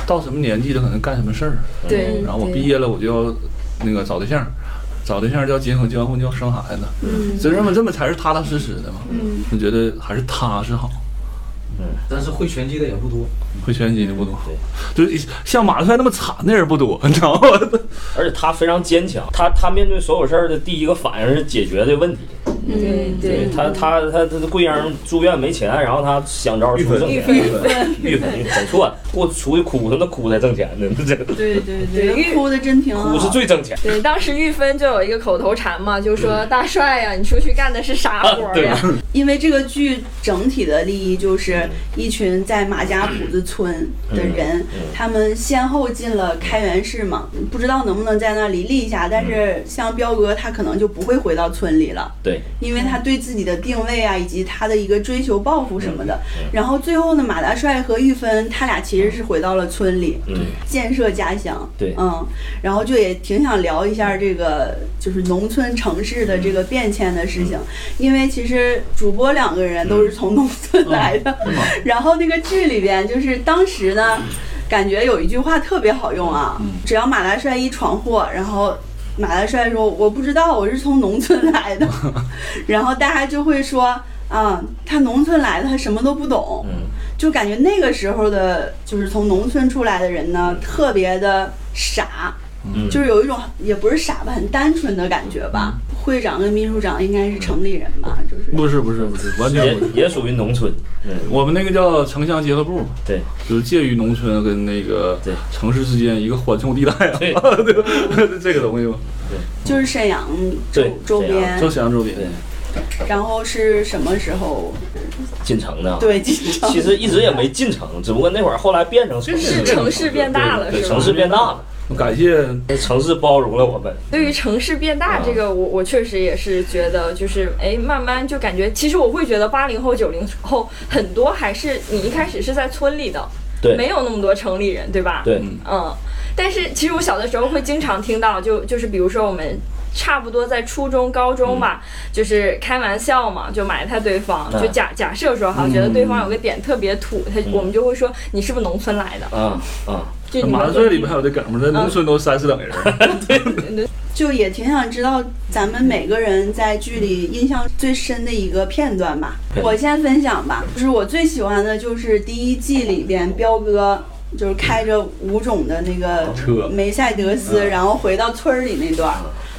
[SPEAKER 5] 到什么年纪了可能干什么事儿，嗯
[SPEAKER 2] 对，
[SPEAKER 5] 然后我
[SPEAKER 2] 对
[SPEAKER 5] 毕业了我就要那个找对象，找对象就要结婚，结完婚就要生孩子，
[SPEAKER 1] 嗯
[SPEAKER 5] 所以这么这么才是踏踏实实的嘛。我觉得还是踏实好，
[SPEAKER 7] 但是会拳击的也不多。
[SPEAKER 5] 会拳击的不多，就是像马大帅那么惨的人不多，你知道吗？
[SPEAKER 4] 而且他非常坚强，他他面对所有事儿的第一个反应是解决的问题。
[SPEAKER 2] 对
[SPEAKER 4] 对
[SPEAKER 2] 对
[SPEAKER 4] 他他他他贵阳住院没钱，然后他想招出去挣钱，玉粉整错，过出去哭，他那哭才挣钱呢，这
[SPEAKER 1] 对对
[SPEAKER 2] 对因为
[SPEAKER 1] 哭的真挺好。
[SPEAKER 4] 哭是最挣钱。嗯
[SPEAKER 2] 对，当时玉芬就有一个口头禅嘛，就说大帅呀、你出去干的是啥活儿
[SPEAKER 4] 啊
[SPEAKER 2] 呀？
[SPEAKER 1] 因为这个剧整体的利益就是一群在马家堡子村的
[SPEAKER 4] 嗯
[SPEAKER 1] 人，他们先后进了开元市嘛，不知道能不能在那里立一下。但是像彪哥他可能就不会回到村里了。
[SPEAKER 4] 对，
[SPEAKER 1] 因为他对自己的定位啊，以及他的一个追求抱负什么的。然后最后呢，马大帅和玉芬他俩其实是回到了村里，
[SPEAKER 4] 嗯，
[SPEAKER 1] 建设家乡。
[SPEAKER 4] 对
[SPEAKER 1] 嗯，然后就也挺想聊一下这个就是农村城市的这个变迁的事情，因为其实主播两个人都是从农村来的，然后那个剧里边就是当时呢。感觉有一句话特别好用啊，只要马大帅一闯祸，然后马大帅说：“我不知道，我是从农村来的。”然后大家就会说：“啊，他农村来的，他什么都不懂。”
[SPEAKER 4] 嗯
[SPEAKER 1] 就感觉那个时候的，就是从农村出来的人呢，特别的傻，
[SPEAKER 4] 嗯嗯
[SPEAKER 1] 就是有一种也不是傻吧，很单纯的感觉吧，会长跟秘书长应该是城里人吧？就是
[SPEAKER 5] 不是不是不是，完全
[SPEAKER 4] 也
[SPEAKER 5] 不是。
[SPEAKER 4] 也属于农村。嗯，
[SPEAKER 5] 我们那个叫城乡结合部，
[SPEAKER 4] 对
[SPEAKER 5] 就是介于农村跟那个
[SPEAKER 4] 对
[SPEAKER 5] 城市之间一个缓冲地带啊，
[SPEAKER 4] 对
[SPEAKER 5] 对 这个东西嘛，
[SPEAKER 1] 就是沈阳周
[SPEAKER 4] 对
[SPEAKER 1] 周边
[SPEAKER 5] 就，沈阳周边。
[SPEAKER 4] 对，
[SPEAKER 1] 然后是什么时候？
[SPEAKER 4] 进城的。，
[SPEAKER 1] 对，经常
[SPEAKER 4] 其实一直也没进城，只不过那会儿后来变成城市
[SPEAKER 2] 是
[SPEAKER 4] 了，
[SPEAKER 2] 城市变大了，
[SPEAKER 4] 对，
[SPEAKER 2] 是吧
[SPEAKER 4] 城？市变大了，
[SPEAKER 5] 感谢
[SPEAKER 4] 城市包容了我们。
[SPEAKER 2] 对于城市变
[SPEAKER 4] 啊
[SPEAKER 2] 大这个，我我确实也是觉得，就是哎，慢慢就感觉，其实我会觉得八零后、九零后很多还是你一开始是在村里的，
[SPEAKER 4] 对，
[SPEAKER 2] 没有那么多城里人，对吧？，
[SPEAKER 4] 对，
[SPEAKER 2] 嗯。但是其实我小的时候会经常听到，就就是比如说我们。差不多在初中、高中吧，就是开玩笑嘛，就埋汰对方，
[SPEAKER 4] 嗯
[SPEAKER 2] 就假假设说哈，觉得对方有个点特别土，他我们就会说你是不是农村来的？
[SPEAKER 4] 啊啊，
[SPEAKER 2] 就你
[SPEAKER 5] 麻
[SPEAKER 2] 们
[SPEAKER 5] 子岁里边还有这梗吗？在农村都三四等人，
[SPEAKER 1] 嗯 就也挺想知道咱们每个人在剧里印象最深的一个片段吧。
[SPEAKER 4] 对
[SPEAKER 1] 我先分享吧，就是我最喜欢的就是第一季里边彪哥。就是开着吴种的那个
[SPEAKER 5] 车
[SPEAKER 1] 梅赛德斯，然后回到村儿里那段儿，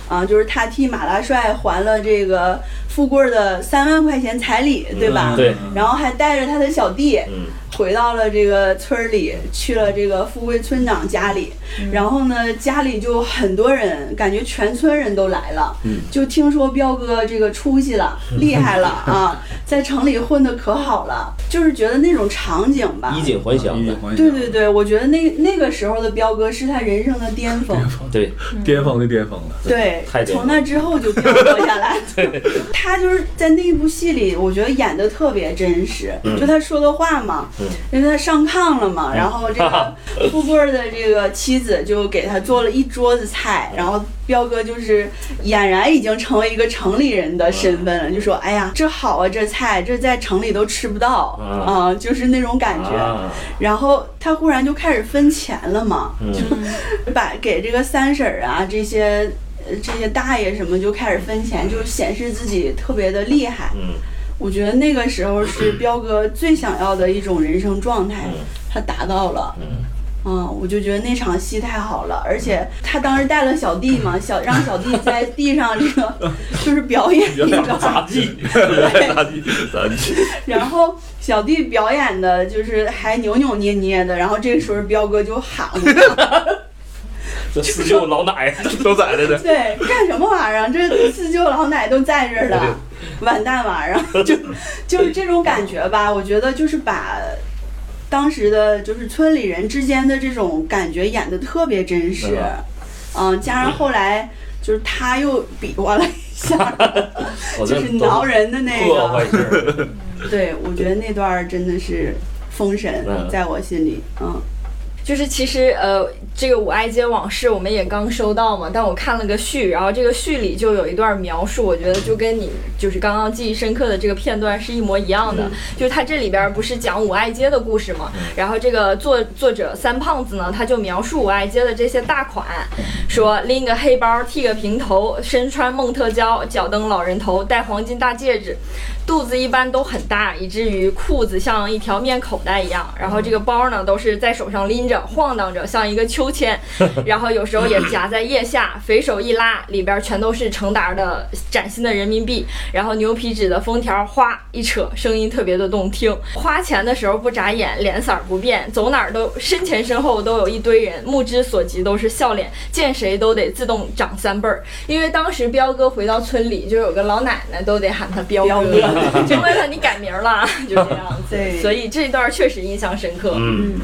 [SPEAKER 1] 啊，就是他替马大帅还了这个富贵儿的三万块钱彩礼，对吧？
[SPEAKER 5] 嗯
[SPEAKER 4] 对
[SPEAKER 1] 然后还带着他的小弟，
[SPEAKER 4] 嗯，
[SPEAKER 1] 回到了这个村儿里，去了这个富贵村长家里，然后呢，家里就很多人，感觉全村人都来了，就听说彪哥这个出息了，厉害 了啊，在城里混得可好了，就是觉得那种场景吧
[SPEAKER 4] 衣。锦还乡的，
[SPEAKER 1] 对对对，我觉得那那个时候的彪哥是他人生的巅峰，
[SPEAKER 4] 对，
[SPEAKER 5] 巅峰的巅峰了。
[SPEAKER 1] 对
[SPEAKER 4] 太，巅峰
[SPEAKER 1] 从那之后就没有活下来。 他就是在那部戏里，我觉得演的特别真实，就他说的话嘛，因为他上炕了
[SPEAKER 3] 嗯
[SPEAKER 1] 嘛，然后这 个富贵儿的这个妻子就给他做了一桌子菜，然后彪哥就是俨然已经成为一个城里人的身份了，就说：“哎呀，这好啊，这菜这在城里都吃不到
[SPEAKER 4] 啊
[SPEAKER 1] 啊、就是那种感觉。
[SPEAKER 4] 啊，
[SPEAKER 1] 然后他忽然就开始分钱了嘛，就把给这个三婶儿啊这些呃这些大爷什么就开始分钱，就显示自己特别的厉害。
[SPEAKER 4] 嗯，
[SPEAKER 1] 我觉得那个时候是彪哥最想要的一种人生状态
[SPEAKER 4] 嗯，
[SPEAKER 1] 他达到了。
[SPEAKER 4] 嗯
[SPEAKER 1] 嗯，我就觉得那场戏太好了，而且他当时带了小弟 嘛，小让小弟在地上这个就是表 演一个
[SPEAKER 5] 杂技，杂技，杂技，
[SPEAKER 1] 然后小弟表演的就是还扭扭捏捏的，然后这个时候彪哥就喊 了
[SPEAKER 4] 这四舅老奶
[SPEAKER 5] 都在这呢。
[SPEAKER 1] 对，干什么玩意儿啊？这四舅老奶都在这儿了， 完蛋玩意儿，就就是这种感觉吧。我觉得就是把当时的就是村里人之间的这种感觉演得特别真实，嗯，加上后来就是他又比划了一下，
[SPEAKER 4] 我
[SPEAKER 1] 就
[SPEAKER 4] 这
[SPEAKER 1] 是
[SPEAKER 4] 都
[SPEAKER 1] 挠人的那
[SPEAKER 4] 破
[SPEAKER 1] 个
[SPEAKER 4] 坏，事儿，
[SPEAKER 1] 对，我觉得那段儿真的是封神
[SPEAKER 4] 嗯，
[SPEAKER 1] 在我心里，嗯。
[SPEAKER 2] 就是其实呃，这个《我爱街往事》我们也刚收到嘛，但我看了个序，然后这个序里就有一段描述，我觉得就跟你就是刚刚记忆深刻的这个片段是一模一样的。就是它这里边儿不是讲五爱街的故事嘛，然后这个作作者三胖子呢，他就描述五爱街的这些大款，说拎个黑包，剃个平头，身穿梦特娇，脚蹬老人头，戴黄金大戒指，肚子一般都很大，以至于裤子像一条面口袋一样。然后这个包呢，都是在手上拎着，晃荡着，像一个秋千。然后有时候也夹在腋下，肥手一拉，里边全都是成沓的崭新的人民币。然后牛皮纸的封条哗一扯，声音特别的动听。花钱的时候不眨眼，脸色儿不变，走哪儿都身前身后都有一堆人，目之所及都是笑脸，见谁都得自动长三辈儿。因为当时彪哥回到村里，就有个老奶奶都得喊他彪
[SPEAKER 1] 彪
[SPEAKER 2] 哥
[SPEAKER 1] 哥，
[SPEAKER 2] 就问 他你改名儿了，就这样子。
[SPEAKER 1] 对
[SPEAKER 2] 所以这段确实印象深刻。
[SPEAKER 4] 嗯，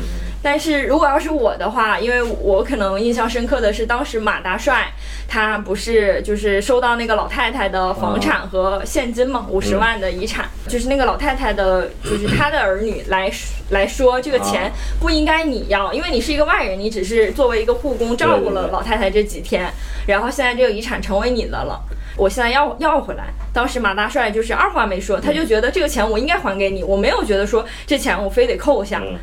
[SPEAKER 2] 但是如果要是我的话，因为我可能印象深刻的是，当时马大帅他不是就是收到那个老太太的房产和现金嘛，五十万的遗产，就是那个老太太的，就是她的儿女来来说，这个钱不应该你要，因为你是一个外人，你只是作为一个护工照顾
[SPEAKER 4] 对对
[SPEAKER 2] 了
[SPEAKER 4] 对
[SPEAKER 2] 老太太这几天，然后现在这个遗产成为你的了。我现在要要回来。当时马大帅就是二话没说，
[SPEAKER 4] 嗯
[SPEAKER 2] 他就觉得这个钱我应该还给你，我没有觉得说这钱我非得扣下。
[SPEAKER 4] 嗯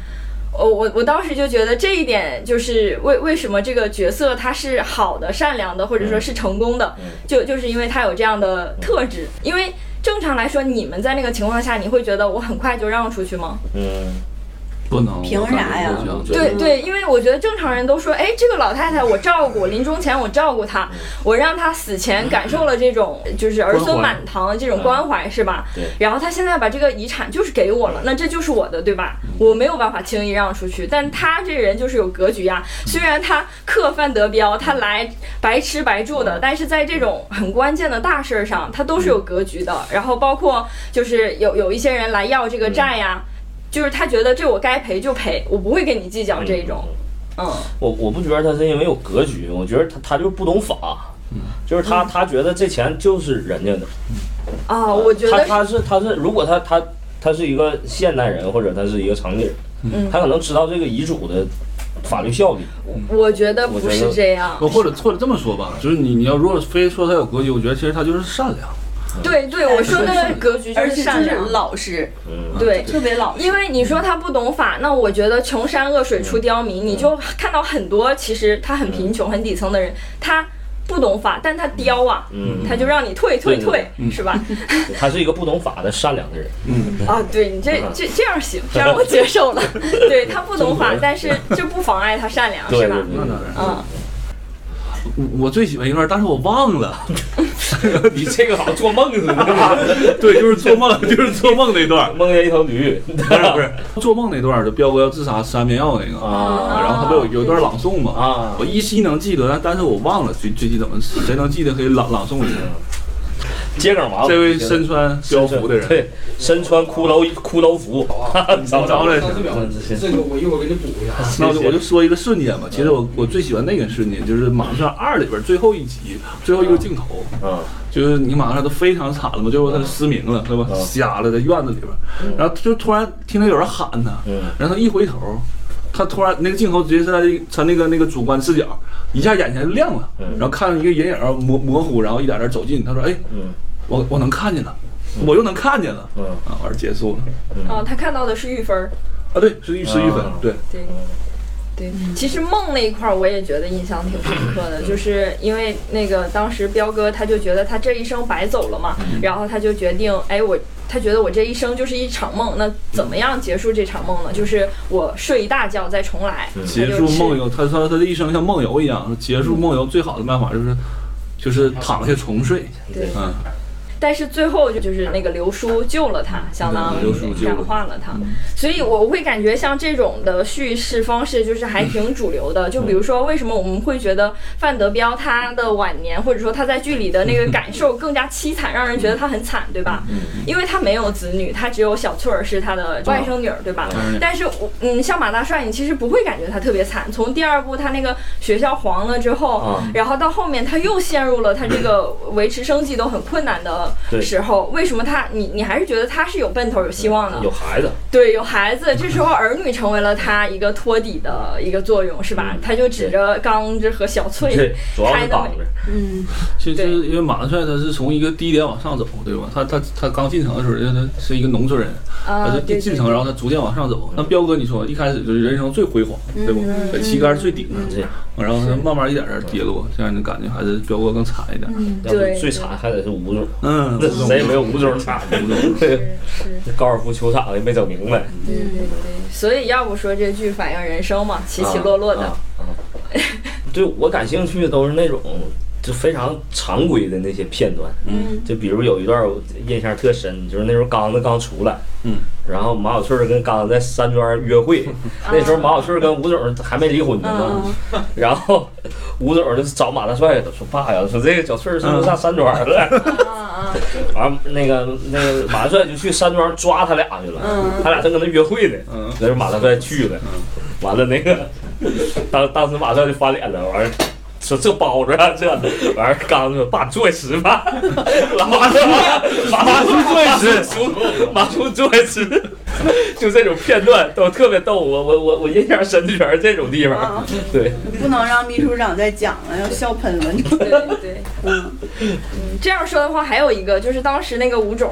[SPEAKER 2] 我我我当时就觉得这一点就是为为什么这个角色他是好的、善良的，或
[SPEAKER 4] 嗯
[SPEAKER 2] 者说是成功的，就就是因为他有这样的特质。因为正常来说，你们在那个情况下，你会觉得我很快就让出去吗？
[SPEAKER 4] 嗯，
[SPEAKER 5] 不能
[SPEAKER 1] 凭啥呀
[SPEAKER 5] 我感觉不行
[SPEAKER 2] 对对，因为我觉得正常人都说，哎，这个老太太我照顾，临终前我照顾她，
[SPEAKER 5] 嗯
[SPEAKER 2] 我让她死前感受了这种就是儿孙满堂的这种关
[SPEAKER 5] 嗯
[SPEAKER 2] 怀，是吧？
[SPEAKER 4] 对
[SPEAKER 2] 然后她现在把这个遗产就是给我了，那这就是我的，对吧？
[SPEAKER 5] 嗯
[SPEAKER 2] 我没有办法轻易让出去，但她这人就是有格局呀。虽然她克范德彪，她来白吃白住
[SPEAKER 5] 嗯
[SPEAKER 2] 的，但是在这种很关键的大事儿上，她都是有格局的。然后包括就是有有一些人来要这个债呀。就是他觉得这我该赔就赔，我不会跟你计较这种。嗯，
[SPEAKER 4] 我我不觉得他是因为有格局，我觉得他他就是不懂法，就是他
[SPEAKER 1] 嗯
[SPEAKER 4] 他觉得这钱就是人家的，
[SPEAKER 2] 啊，我觉
[SPEAKER 4] 他
[SPEAKER 2] 得是
[SPEAKER 4] 他是他是，如果他他他是一个现代人或者他是一个城里人，
[SPEAKER 1] 嗯
[SPEAKER 4] 他可能知道这个遗嘱的法律效力，
[SPEAKER 2] 我觉得不是这样。
[SPEAKER 5] 呃不或者或者这么说吧，就是你你要如果非说他有格局，我觉得其实他就是善良。
[SPEAKER 2] 对对，我说那个格局就
[SPEAKER 1] 而
[SPEAKER 2] 是
[SPEAKER 1] 且就
[SPEAKER 2] 善
[SPEAKER 1] 是
[SPEAKER 2] 良。
[SPEAKER 1] 老实，
[SPEAKER 4] 嗯，
[SPEAKER 2] 对，
[SPEAKER 1] 特别老实。
[SPEAKER 2] 因为你说他不懂法，那我觉得穷山恶水出刁民，你就看到很多其实他很贫穷、很底层的人，他不懂法，但他刁啊，
[SPEAKER 4] 嗯
[SPEAKER 2] 他就让你退退
[SPEAKER 4] 对对
[SPEAKER 2] 退，是吧？
[SPEAKER 4] 他是一个不懂法的善良的人，
[SPEAKER 7] 嗯
[SPEAKER 4] 嗯
[SPEAKER 2] 啊，对你这这这样行，这样我接受 了。对他不懂法，但是这不妨碍他善良，
[SPEAKER 4] 对
[SPEAKER 2] 是吧
[SPEAKER 4] 对？
[SPEAKER 5] 那
[SPEAKER 4] 对
[SPEAKER 5] 当然，
[SPEAKER 2] 嗯，
[SPEAKER 5] 我我最喜欢一段，但是我忘了。
[SPEAKER 4] 对， 你这个好像做梦似的，
[SPEAKER 5] 对，就是做梦，就是做梦那段儿，
[SPEAKER 4] 梦见一头驴，
[SPEAKER 5] 不是不是，做梦那段儿就彪哥要自杀吃安眠药那个，
[SPEAKER 4] 啊
[SPEAKER 5] 然后他不有有一段朗诵嘛？
[SPEAKER 4] 啊
[SPEAKER 5] 我依稀能记得，但但是我忘了具具体怎么，谁能记得可以朗朗诵一下。
[SPEAKER 4] 接梗娃娃，
[SPEAKER 5] 这位身穿彪服的人，
[SPEAKER 4] 对，身穿骷髅骷髅服， 找
[SPEAKER 5] 着了
[SPEAKER 7] 上次表这个我一会儿给你补一下。
[SPEAKER 5] 那我就我就说一个瞬间吧。其实我我最喜欢那个瞬间，就是《马上二》里边最后一集最后一个镜头，
[SPEAKER 4] 嗯，
[SPEAKER 5] 就是你马上都非常惨了嘛，最后他失明了，对吧？
[SPEAKER 4] 嗯
[SPEAKER 5] 瞎了在院子里边儿，然后他就突然听到有人喊他
[SPEAKER 4] 嗯，
[SPEAKER 5] 然后他一回头，他突然那个镜头直接是他的他那个那个主观视角，一下眼前就亮了，然后看到一个人影儿模模糊，然后一点点走近，他说：“哎，
[SPEAKER 4] 嗯
[SPEAKER 5] 我我能看见了，我又能看见了。”
[SPEAKER 4] 嗯
[SPEAKER 5] 啊，完事儿结束了
[SPEAKER 2] 哦，他看到的是玉芬儿。
[SPEAKER 5] 啊，对，是一是一分
[SPEAKER 4] 啊，
[SPEAKER 5] 对，
[SPEAKER 2] 对，对，其实梦那一块儿我也觉得印象挺深刻的，就是因为那个当时彪哥他就觉得他这一生白走了嘛，
[SPEAKER 4] 嗯
[SPEAKER 2] 然后他就决定，哎，我他觉得我这一生就是一场梦，那怎么样结束这场梦呢？就是我睡一大觉再重来，
[SPEAKER 4] 嗯
[SPEAKER 5] 结束梦游，他说他的一生像梦游一样，结束梦游最好的办法就是就是躺下重睡，
[SPEAKER 2] 对，
[SPEAKER 5] 嗯。
[SPEAKER 2] 但是最后就就是那个刘叔救了他，相当于
[SPEAKER 5] 嗯刘叔救了嗯
[SPEAKER 2] 感化了他，所以我会感觉像这种的叙事方式就是还挺主流
[SPEAKER 5] 嗯
[SPEAKER 2] 的。就比如说，为什么我们会觉得范德彪他的晚年或者说他在剧里的那个感受更加凄惨，让人觉得他很惨，对吧？因为他没有子女，他只有小翠儿是他的外甥女儿，对吧
[SPEAKER 5] 嗯？
[SPEAKER 2] 但是我嗯，像马大帅，你其实不会感觉他特别惨。从第二部他那个学校黄了之后
[SPEAKER 4] 啊，
[SPEAKER 2] 然后到后面他又陷入了他这个维持生计都很困难的
[SPEAKER 4] 对
[SPEAKER 2] 时候，为什么他你你还是觉得他是有奔头、有希望的？
[SPEAKER 4] 有孩子，
[SPEAKER 2] 对，有孩子，这时候儿女成为了他一个托底的一个作用，是吧
[SPEAKER 4] 嗯？
[SPEAKER 2] 他就指着刚之和小
[SPEAKER 4] 对
[SPEAKER 2] 翠，
[SPEAKER 4] 主要
[SPEAKER 2] 开
[SPEAKER 4] 是
[SPEAKER 2] 的
[SPEAKER 4] 绑
[SPEAKER 2] 美
[SPEAKER 4] 着，
[SPEAKER 1] 嗯，
[SPEAKER 5] 其实
[SPEAKER 2] 对
[SPEAKER 5] 因为马大帅他是从一个低点往上走，对吧？他他他刚进城的时候，他是一个农村人，
[SPEAKER 2] 啊
[SPEAKER 5] 他是，
[SPEAKER 2] 对
[SPEAKER 5] 一
[SPEAKER 2] 对
[SPEAKER 5] 进城，然后他逐渐往上走。那彪哥，你说一开始就是人生最辉煌，对不？
[SPEAKER 2] 嗯
[SPEAKER 5] 在旗杆最顶上，
[SPEAKER 4] 这
[SPEAKER 5] 然后他慢慢一点点跌落，这样你感觉还是彪哥更惨一点。
[SPEAKER 4] 要是
[SPEAKER 2] 嗯对
[SPEAKER 4] 最惨还得是吴总，
[SPEAKER 5] 嗯，
[SPEAKER 4] 这谁也没有吴总 惨，吴总对， 高尔夫球场也没整明白，
[SPEAKER 2] 对对对，所以要不说这剧反映人生嘛，起起落落的。
[SPEAKER 4] 啊啊 啊对我感兴趣的都是那种就非常常规的那些片段，嗯，就比如有一段我印象特深，就是那时候刚子刚出来，
[SPEAKER 5] 嗯，
[SPEAKER 4] 然后马小翠儿跟刚子在山庄约会， 那时候马小翠儿跟吴总还没离婚呢嘛， 然后吴总就找马大帅了，说爸呀，说这个小翠儿是不是上山庄了？ 完、那个那个马大帅就去山庄抓他俩去了，他俩正搁那约会呢，
[SPEAKER 5] 嗯
[SPEAKER 4] 那时候马大帅去了，完了那个当当时马上就翻脸了，完了说这包子啊，这玩意儿刚说爸你坐下吃吧，马叔马叔坐下吃，马叔坐下吃，就这种片段都特别逗，我我我我印象深的全是这种地
[SPEAKER 2] 啊
[SPEAKER 4] 方，对，
[SPEAKER 1] 你不能让秘书长再讲了，要笑喷了。
[SPEAKER 2] 对对，嗯，这嗯样说的话，还有一个就是当时那个吴总，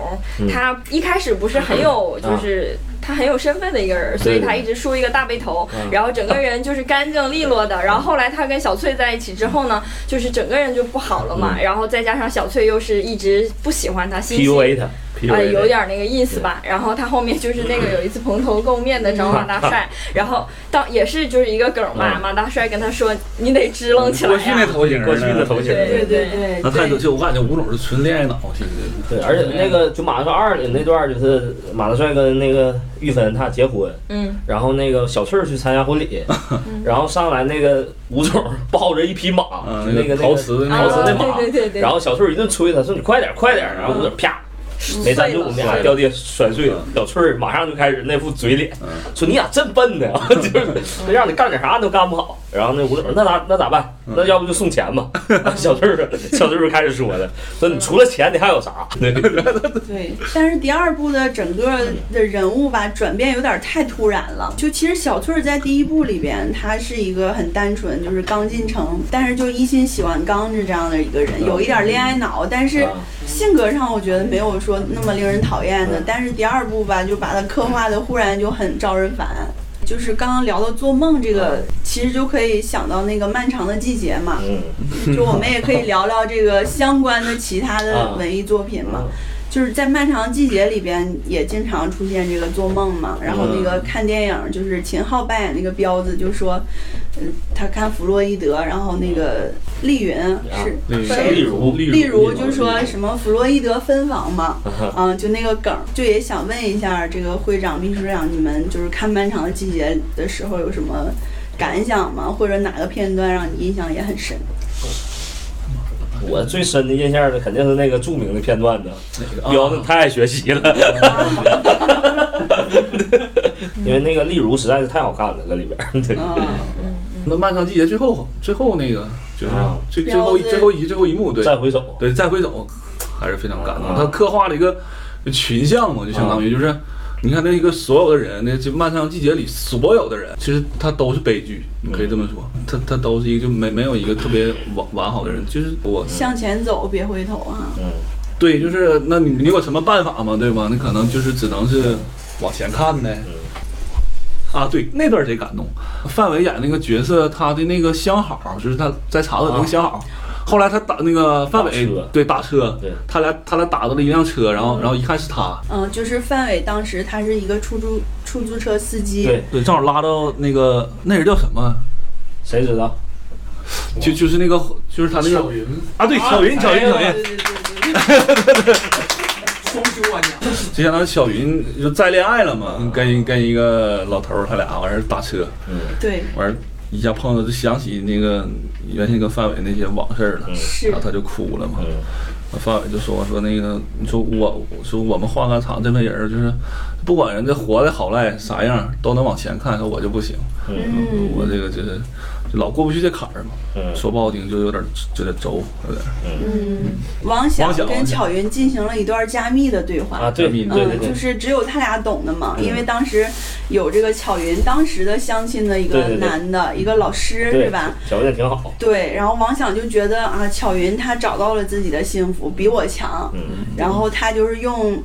[SPEAKER 2] 他一开始不是很有就是他很有身份的一个人，所以
[SPEAKER 4] 对
[SPEAKER 2] 他一直梳一个大背头，然后整个人就是干净利落的。然后后来他跟小翠在一起之后呢，就是整个人就不好了嘛。然后再加上小翠又是一直不喜欢他，心心
[SPEAKER 4] PUA 他
[SPEAKER 2] 啊、
[SPEAKER 4] ，PUA
[SPEAKER 2] 有点那个意思吧。然后他后面就是那个有一次蓬头垢面的找马大 帅，然后当也是就是一个梗嘛，
[SPEAKER 4] 嗯
[SPEAKER 2] 马大帅跟他说：“你得支棱起来、
[SPEAKER 5] 过去那
[SPEAKER 2] 呀。
[SPEAKER 5] 头型呢，
[SPEAKER 4] 过去的头型
[SPEAKER 2] 对
[SPEAKER 1] 对对对，
[SPEAKER 5] 那太可惜，我感觉吴总是纯恋爱脑，现在
[SPEAKER 4] 对，而且那个就马大帅二里那段，就是马大帅跟那个玉芬他结婚，
[SPEAKER 2] 嗯，
[SPEAKER 4] 然后那个小翠儿去参加婚礼，然后上来那个吴总 抱着一匹马，
[SPEAKER 5] 嗯
[SPEAKER 4] 就
[SPEAKER 5] 那
[SPEAKER 4] 那
[SPEAKER 5] 个
[SPEAKER 4] 个
[SPEAKER 5] 陶瓷的那
[SPEAKER 4] 陶瓷那
[SPEAKER 2] 个
[SPEAKER 4] 马，
[SPEAKER 2] 啊对对对对
[SPEAKER 4] 然后小翠儿一顿催他，说你快点快点，然后吴总啪。
[SPEAKER 2] 嗯
[SPEAKER 4] 没站住，我们俩掉地摔碎了。
[SPEAKER 5] 嗯
[SPEAKER 4] 小翠儿马上就开始那副嘴脸，说你俩真笨 呢，就是让你干点啥都干不好。然后那吴总说那咋那咋办？
[SPEAKER 5] 嗯
[SPEAKER 4] 那要不就送钱 吧。小翠儿说小翠儿开始说了，说你除了钱你还有 啥？对
[SPEAKER 1] 对，但是第二部的整个的人物吧，转变有点太突然了。就其实小翠儿在第一部里边，她是一个很单纯，就是刚进城，但是就一心喜欢刚子这样的一个人，有一点恋爱脑，但是性格上我觉得没有说那么令人讨厌的。但是第二部吧，就把她刻画的忽然就很招人烦。就是刚刚聊到做梦这个，其实就可以想到那个漫长的季节嘛，
[SPEAKER 4] 嗯，
[SPEAKER 1] 就我们也可以聊聊这个相关的其他的文艺作品嘛
[SPEAKER 4] 嗯。
[SPEAKER 1] 就是在《漫长季节》里边也经常出现这个做梦嘛，然后那个看电影就是秦昊扮演那个彪子就说，嗯，他看弗洛伊德，然后那个丽云是
[SPEAKER 4] 例如
[SPEAKER 5] 例
[SPEAKER 1] 例如就说什么弗洛伊德分房嘛，嗯，就那个梗儿，就也想问一下这个会长、秘书长，你们就是看《漫长的季节》的时候有什么感想吗？或者哪个片段让你印象也很深？
[SPEAKER 4] 我最深的印象呢，肯定是那个著名的片段呢，
[SPEAKER 5] 啊嗯
[SPEAKER 4] 彪子太爱学习了， 因为那个例如实在是太好看了，搁里边儿。 对
[SPEAKER 1] 嗯。
[SPEAKER 5] 那漫长季节最后最后那个就是
[SPEAKER 4] 啊
[SPEAKER 5] 最最后一
[SPEAKER 1] 标志
[SPEAKER 5] 最后一最后一幕，对
[SPEAKER 4] 再回首，
[SPEAKER 5] 对再回首还是非常感动。
[SPEAKER 4] 啊
[SPEAKER 5] 他刻画了一个群像嘛，就相当于就是你看那一个所有的人，那这漫长季节里所有的人，其实他都是悲剧，
[SPEAKER 4] 嗯
[SPEAKER 5] 你可以这么说，他他都是一个就没没有一个特别完完好的人，就是我
[SPEAKER 1] 向前走，别回头啊！
[SPEAKER 4] 嗯，
[SPEAKER 5] 对，就是那你你有什么办法吗？对吧？那可能就是只能是往前看呗。
[SPEAKER 4] 嗯
[SPEAKER 5] 啊，对，那段儿贼感动。范伟演那个角色，他的那个相好，就是他在茶馆那个相好。后来他打那个范伟
[SPEAKER 4] 啊打车，
[SPEAKER 5] 对打车，
[SPEAKER 4] 对
[SPEAKER 5] 他俩他俩打到了一辆车，然后然后一看是他，
[SPEAKER 1] 嗯，就是范伟当时他是一个出租出租车司机，
[SPEAKER 4] 对，
[SPEAKER 5] 对，正好拉到那个那人叫什么？
[SPEAKER 4] 谁知道？
[SPEAKER 5] 就就是那个就是他那
[SPEAKER 7] 小
[SPEAKER 5] 个
[SPEAKER 7] 云，
[SPEAKER 5] 啊，对，小云，小云，小云，
[SPEAKER 1] 对对对，
[SPEAKER 7] 双休啊你，
[SPEAKER 5] 就相当于小云就再恋爱了嘛，嗯跟跟一个老头儿，他俩完事儿打车，
[SPEAKER 1] 对
[SPEAKER 5] 完儿一下碰到就想起那个原先跟范伟那些往事了，
[SPEAKER 1] 是
[SPEAKER 5] 然后他就哭了嘛。
[SPEAKER 4] 嗯
[SPEAKER 5] 范伟就说说那个，你说我我说我们化钢厂这帮人儿就是，不管人家活的好赖啥样，都能往前看，说我就不行，
[SPEAKER 1] 嗯，
[SPEAKER 5] 我这个就是就老过不去这坎儿嘛。
[SPEAKER 4] 嗯
[SPEAKER 5] 说不好听就有点儿就有点儿轴，有点儿
[SPEAKER 1] 嗯王
[SPEAKER 5] 王
[SPEAKER 1] 响
[SPEAKER 5] 响
[SPEAKER 1] 跟巧云进行了一段加密的对话。
[SPEAKER 4] 啊，对对对
[SPEAKER 1] 嗯，
[SPEAKER 4] 对
[SPEAKER 1] 就，是只有他俩懂的嘛，因为当时有这个巧云当时的相亲的一
[SPEAKER 4] 对
[SPEAKER 1] 个
[SPEAKER 4] 对对
[SPEAKER 1] 男的，一个老师
[SPEAKER 4] 对
[SPEAKER 1] 是吧？？
[SPEAKER 4] 条件挺好，
[SPEAKER 1] 对，然后王响就觉得啊，巧云她找到了自己的幸福，比我强，
[SPEAKER 4] 嗯
[SPEAKER 1] 然后他就是用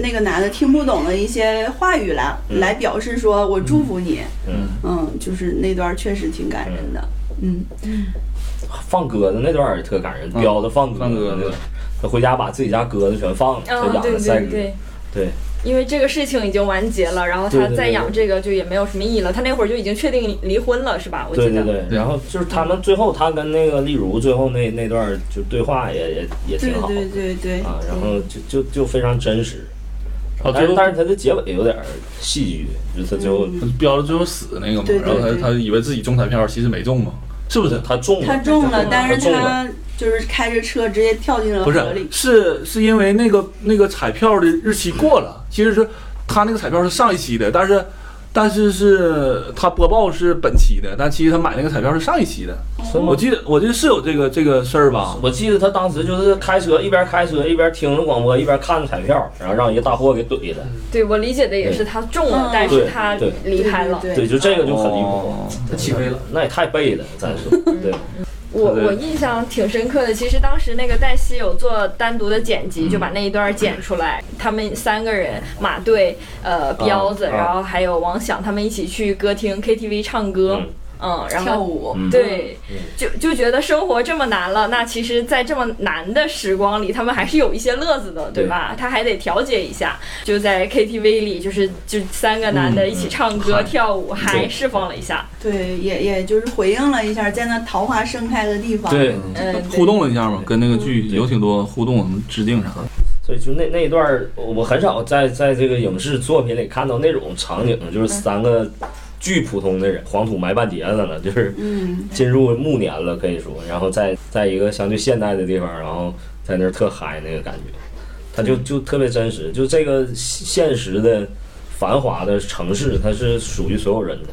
[SPEAKER 1] 那个男的听不懂的一些话语来、来表示说我祝福你，
[SPEAKER 4] 嗯，
[SPEAKER 1] 嗯，就是那段确实挺感人的，嗯，
[SPEAKER 4] 放鸽子那段儿也特感人，
[SPEAKER 5] 嗯
[SPEAKER 4] 彪子放鸽
[SPEAKER 5] 放鸽子
[SPEAKER 4] 那段儿他回家把自己家鸽子全放了，
[SPEAKER 1] 哦
[SPEAKER 2] 嗯，
[SPEAKER 4] 他养
[SPEAKER 2] 对对
[SPEAKER 4] 的塞
[SPEAKER 2] 对
[SPEAKER 4] 鸽，
[SPEAKER 2] 对。
[SPEAKER 4] 对，
[SPEAKER 2] 因为这个事情已经完结了，然后
[SPEAKER 4] 对
[SPEAKER 2] 他
[SPEAKER 4] 对对
[SPEAKER 2] 再养
[SPEAKER 4] 对
[SPEAKER 2] 这个就也没有什么意义了。他那会儿就已经确定离婚了，是吧？我记
[SPEAKER 4] 对
[SPEAKER 2] 得。
[SPEAKER 4] 对对，然后就是他们最后，他跟那个例如最后那那段儿就对话也也也
[SPEAKER 1] 对
[SPEAKER 4] 挺好
[SPEAKER 1] 对对对，嗯
[SPEAKER 4] 啊，然后就就就非常真实，但
[SPEAKER 5] 啊最后
[SPEAKER 4] 是但是他的结尾有点儿戏剧，就是他最后
[SPEAKER 5] 儿，标着最后死那个嘛
[SPEAKER 1] 嗯对，对
[SPEAKER 5] 然后他
[SPEAKER 1] 对
[SPEAKER 5] 他以为自己中彩票，其实没中嘛，是不是？
[SPEAKER 4] 他中了，
[SPEAKER 1] 他中了，但是
[SPEAKER 4] 他中了，
[SPEAKER 1] 他就是开着车直接跳进了
[SPEAKER 5] 不是
[SPEAKER 1] 河里，，
[SPEAKER 5] 是是因为那个那个彩票的日期过了，其实是他那个彩票是上一期的，但是但是是他播报是本期的，但其实他买那个彩票是上一期的。
[SPEAKER 1] 哦
[SPEAKER 4] 是吗
[SPEAKER 5] 我记得我记得是有这个这个事儿吧？
[SPEAKER 4] 我记得他当时就是开车，一边开车一边听着广播，一边看着彩票，然后让一个大货给怼了。
[SPEAKER 2] 对我理解的也是他中了，
[SPEAKER 1] 嗯
[SPEAKER 2] 但是
[SPEAKER 4] 对
[SPEAKER 2] 他
[SPEAKER 4] 对
[SPEAKER 2] 离开了。
[SPEAKER 1] 对
[SPEAKER 4] 对，就这个就很离谱
[SPEAKER 5] 哦，
[SPEAKER 7] 他起飞了，
[SPEAKER 4] 那也太背了，咱说。对，
[SPEAKER 2] 我我
[SPEAKER 5] 他的
[SPEAKER 2] 我印象挺深刻的，其实当时那个黛西有做单独的剪辑，就把那一段剪出来。他们三个人，马队、呃彪子，
[SPEAKER 4] 嗯啊
[SPEAKER 2] 然后还有王响，他们一起去歌厅 KTV 唱歌，
[SPEAKER 4] 嗯
[SPEAKER 2] 嗯，然
[SPEAKER 1] 跳
[SPEAKER 2] 后
[SPEAKER 1] 舞，
[SPEAKER 4] 嗯
[SPEAKER 2] 对
[SPEAKER 4] 嗯，
[SPEAKER 2] 就就觉得生活这么难了，那其实，在这么难的时光里，他们还是有一些乐子的，对吧？他还得调节一下，就在 KTV 里，就是就三个男
[SPEAKER 4] 嗯
[SPEAKER 2] 的一起唱歌、
[SPEAKER 5] 嗨
[SPEAKER 2] 跳舞，还
[SPEAKER 5] 对
[SPEAKER 2] 释放了一下，
[SPEAKER 1] 对，也也就是回应了一下，在那桃花盛开的地方，
[SPEAKER 5] 对，
[SPEAKER 2] 嗯，对
[SPEAKER 5] 互动了一下嘛，跟那个
[SPEAKER 4] 嗯
[SPEAKER 5] 剧有挺多互动，什么致敬啥的。
[SPEAKER 4] 所以就那那一段儿，我我很少在在这个影视作品里看到那种场景，就是三个巨普通的人，黄土埋半截子了，就是
[SPEAKER 1] 嗯，
[SPEAKER 4] 进入暮年了，可以说，然后在在一个相对现代的地方，然后在那儿特嗨那个感觉，他就
[SPEAKER 1] 嗯
[SPEAKER 4] 就特别真实，就这个现实的繁华的城市，它是属于所有人的，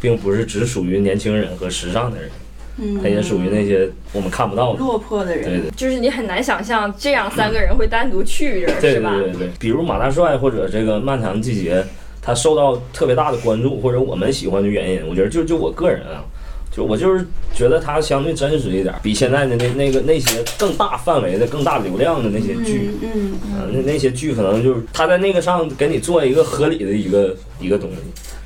[SPEAKER 4] 并不是只属于年轻人和时尚的人，
[SPEAKER 1] 嗯
[SPEAKER 4] 它也属于那些我们看不到的，
[SPEAKER 1] 落魄的
[SPEAKER 4] 对
[SPEAKER 1] 人，
[SPEAKER 4] 对。
[SPEAKER 2] 就是你很难想象这样三个人会单独去一人，
[SPEAKER 4] 对
[SPEAKER 2] 是吧？
[SPEAKER 4] 对对对，比如马大帅或者这个漫长季节，他受到特别大的关注，或者我们喜欢的原因，我觉得就就我个人啊，就我就是觉得他相对真实一点，比现在的那那个那些更大范围的、更大流量的那些剧，
[SPEAKER 1] 嗯嗯，
[SPEAKER 4] 啊，那那些剧可能就是他在那个上给你做一个合理的一个一个东西，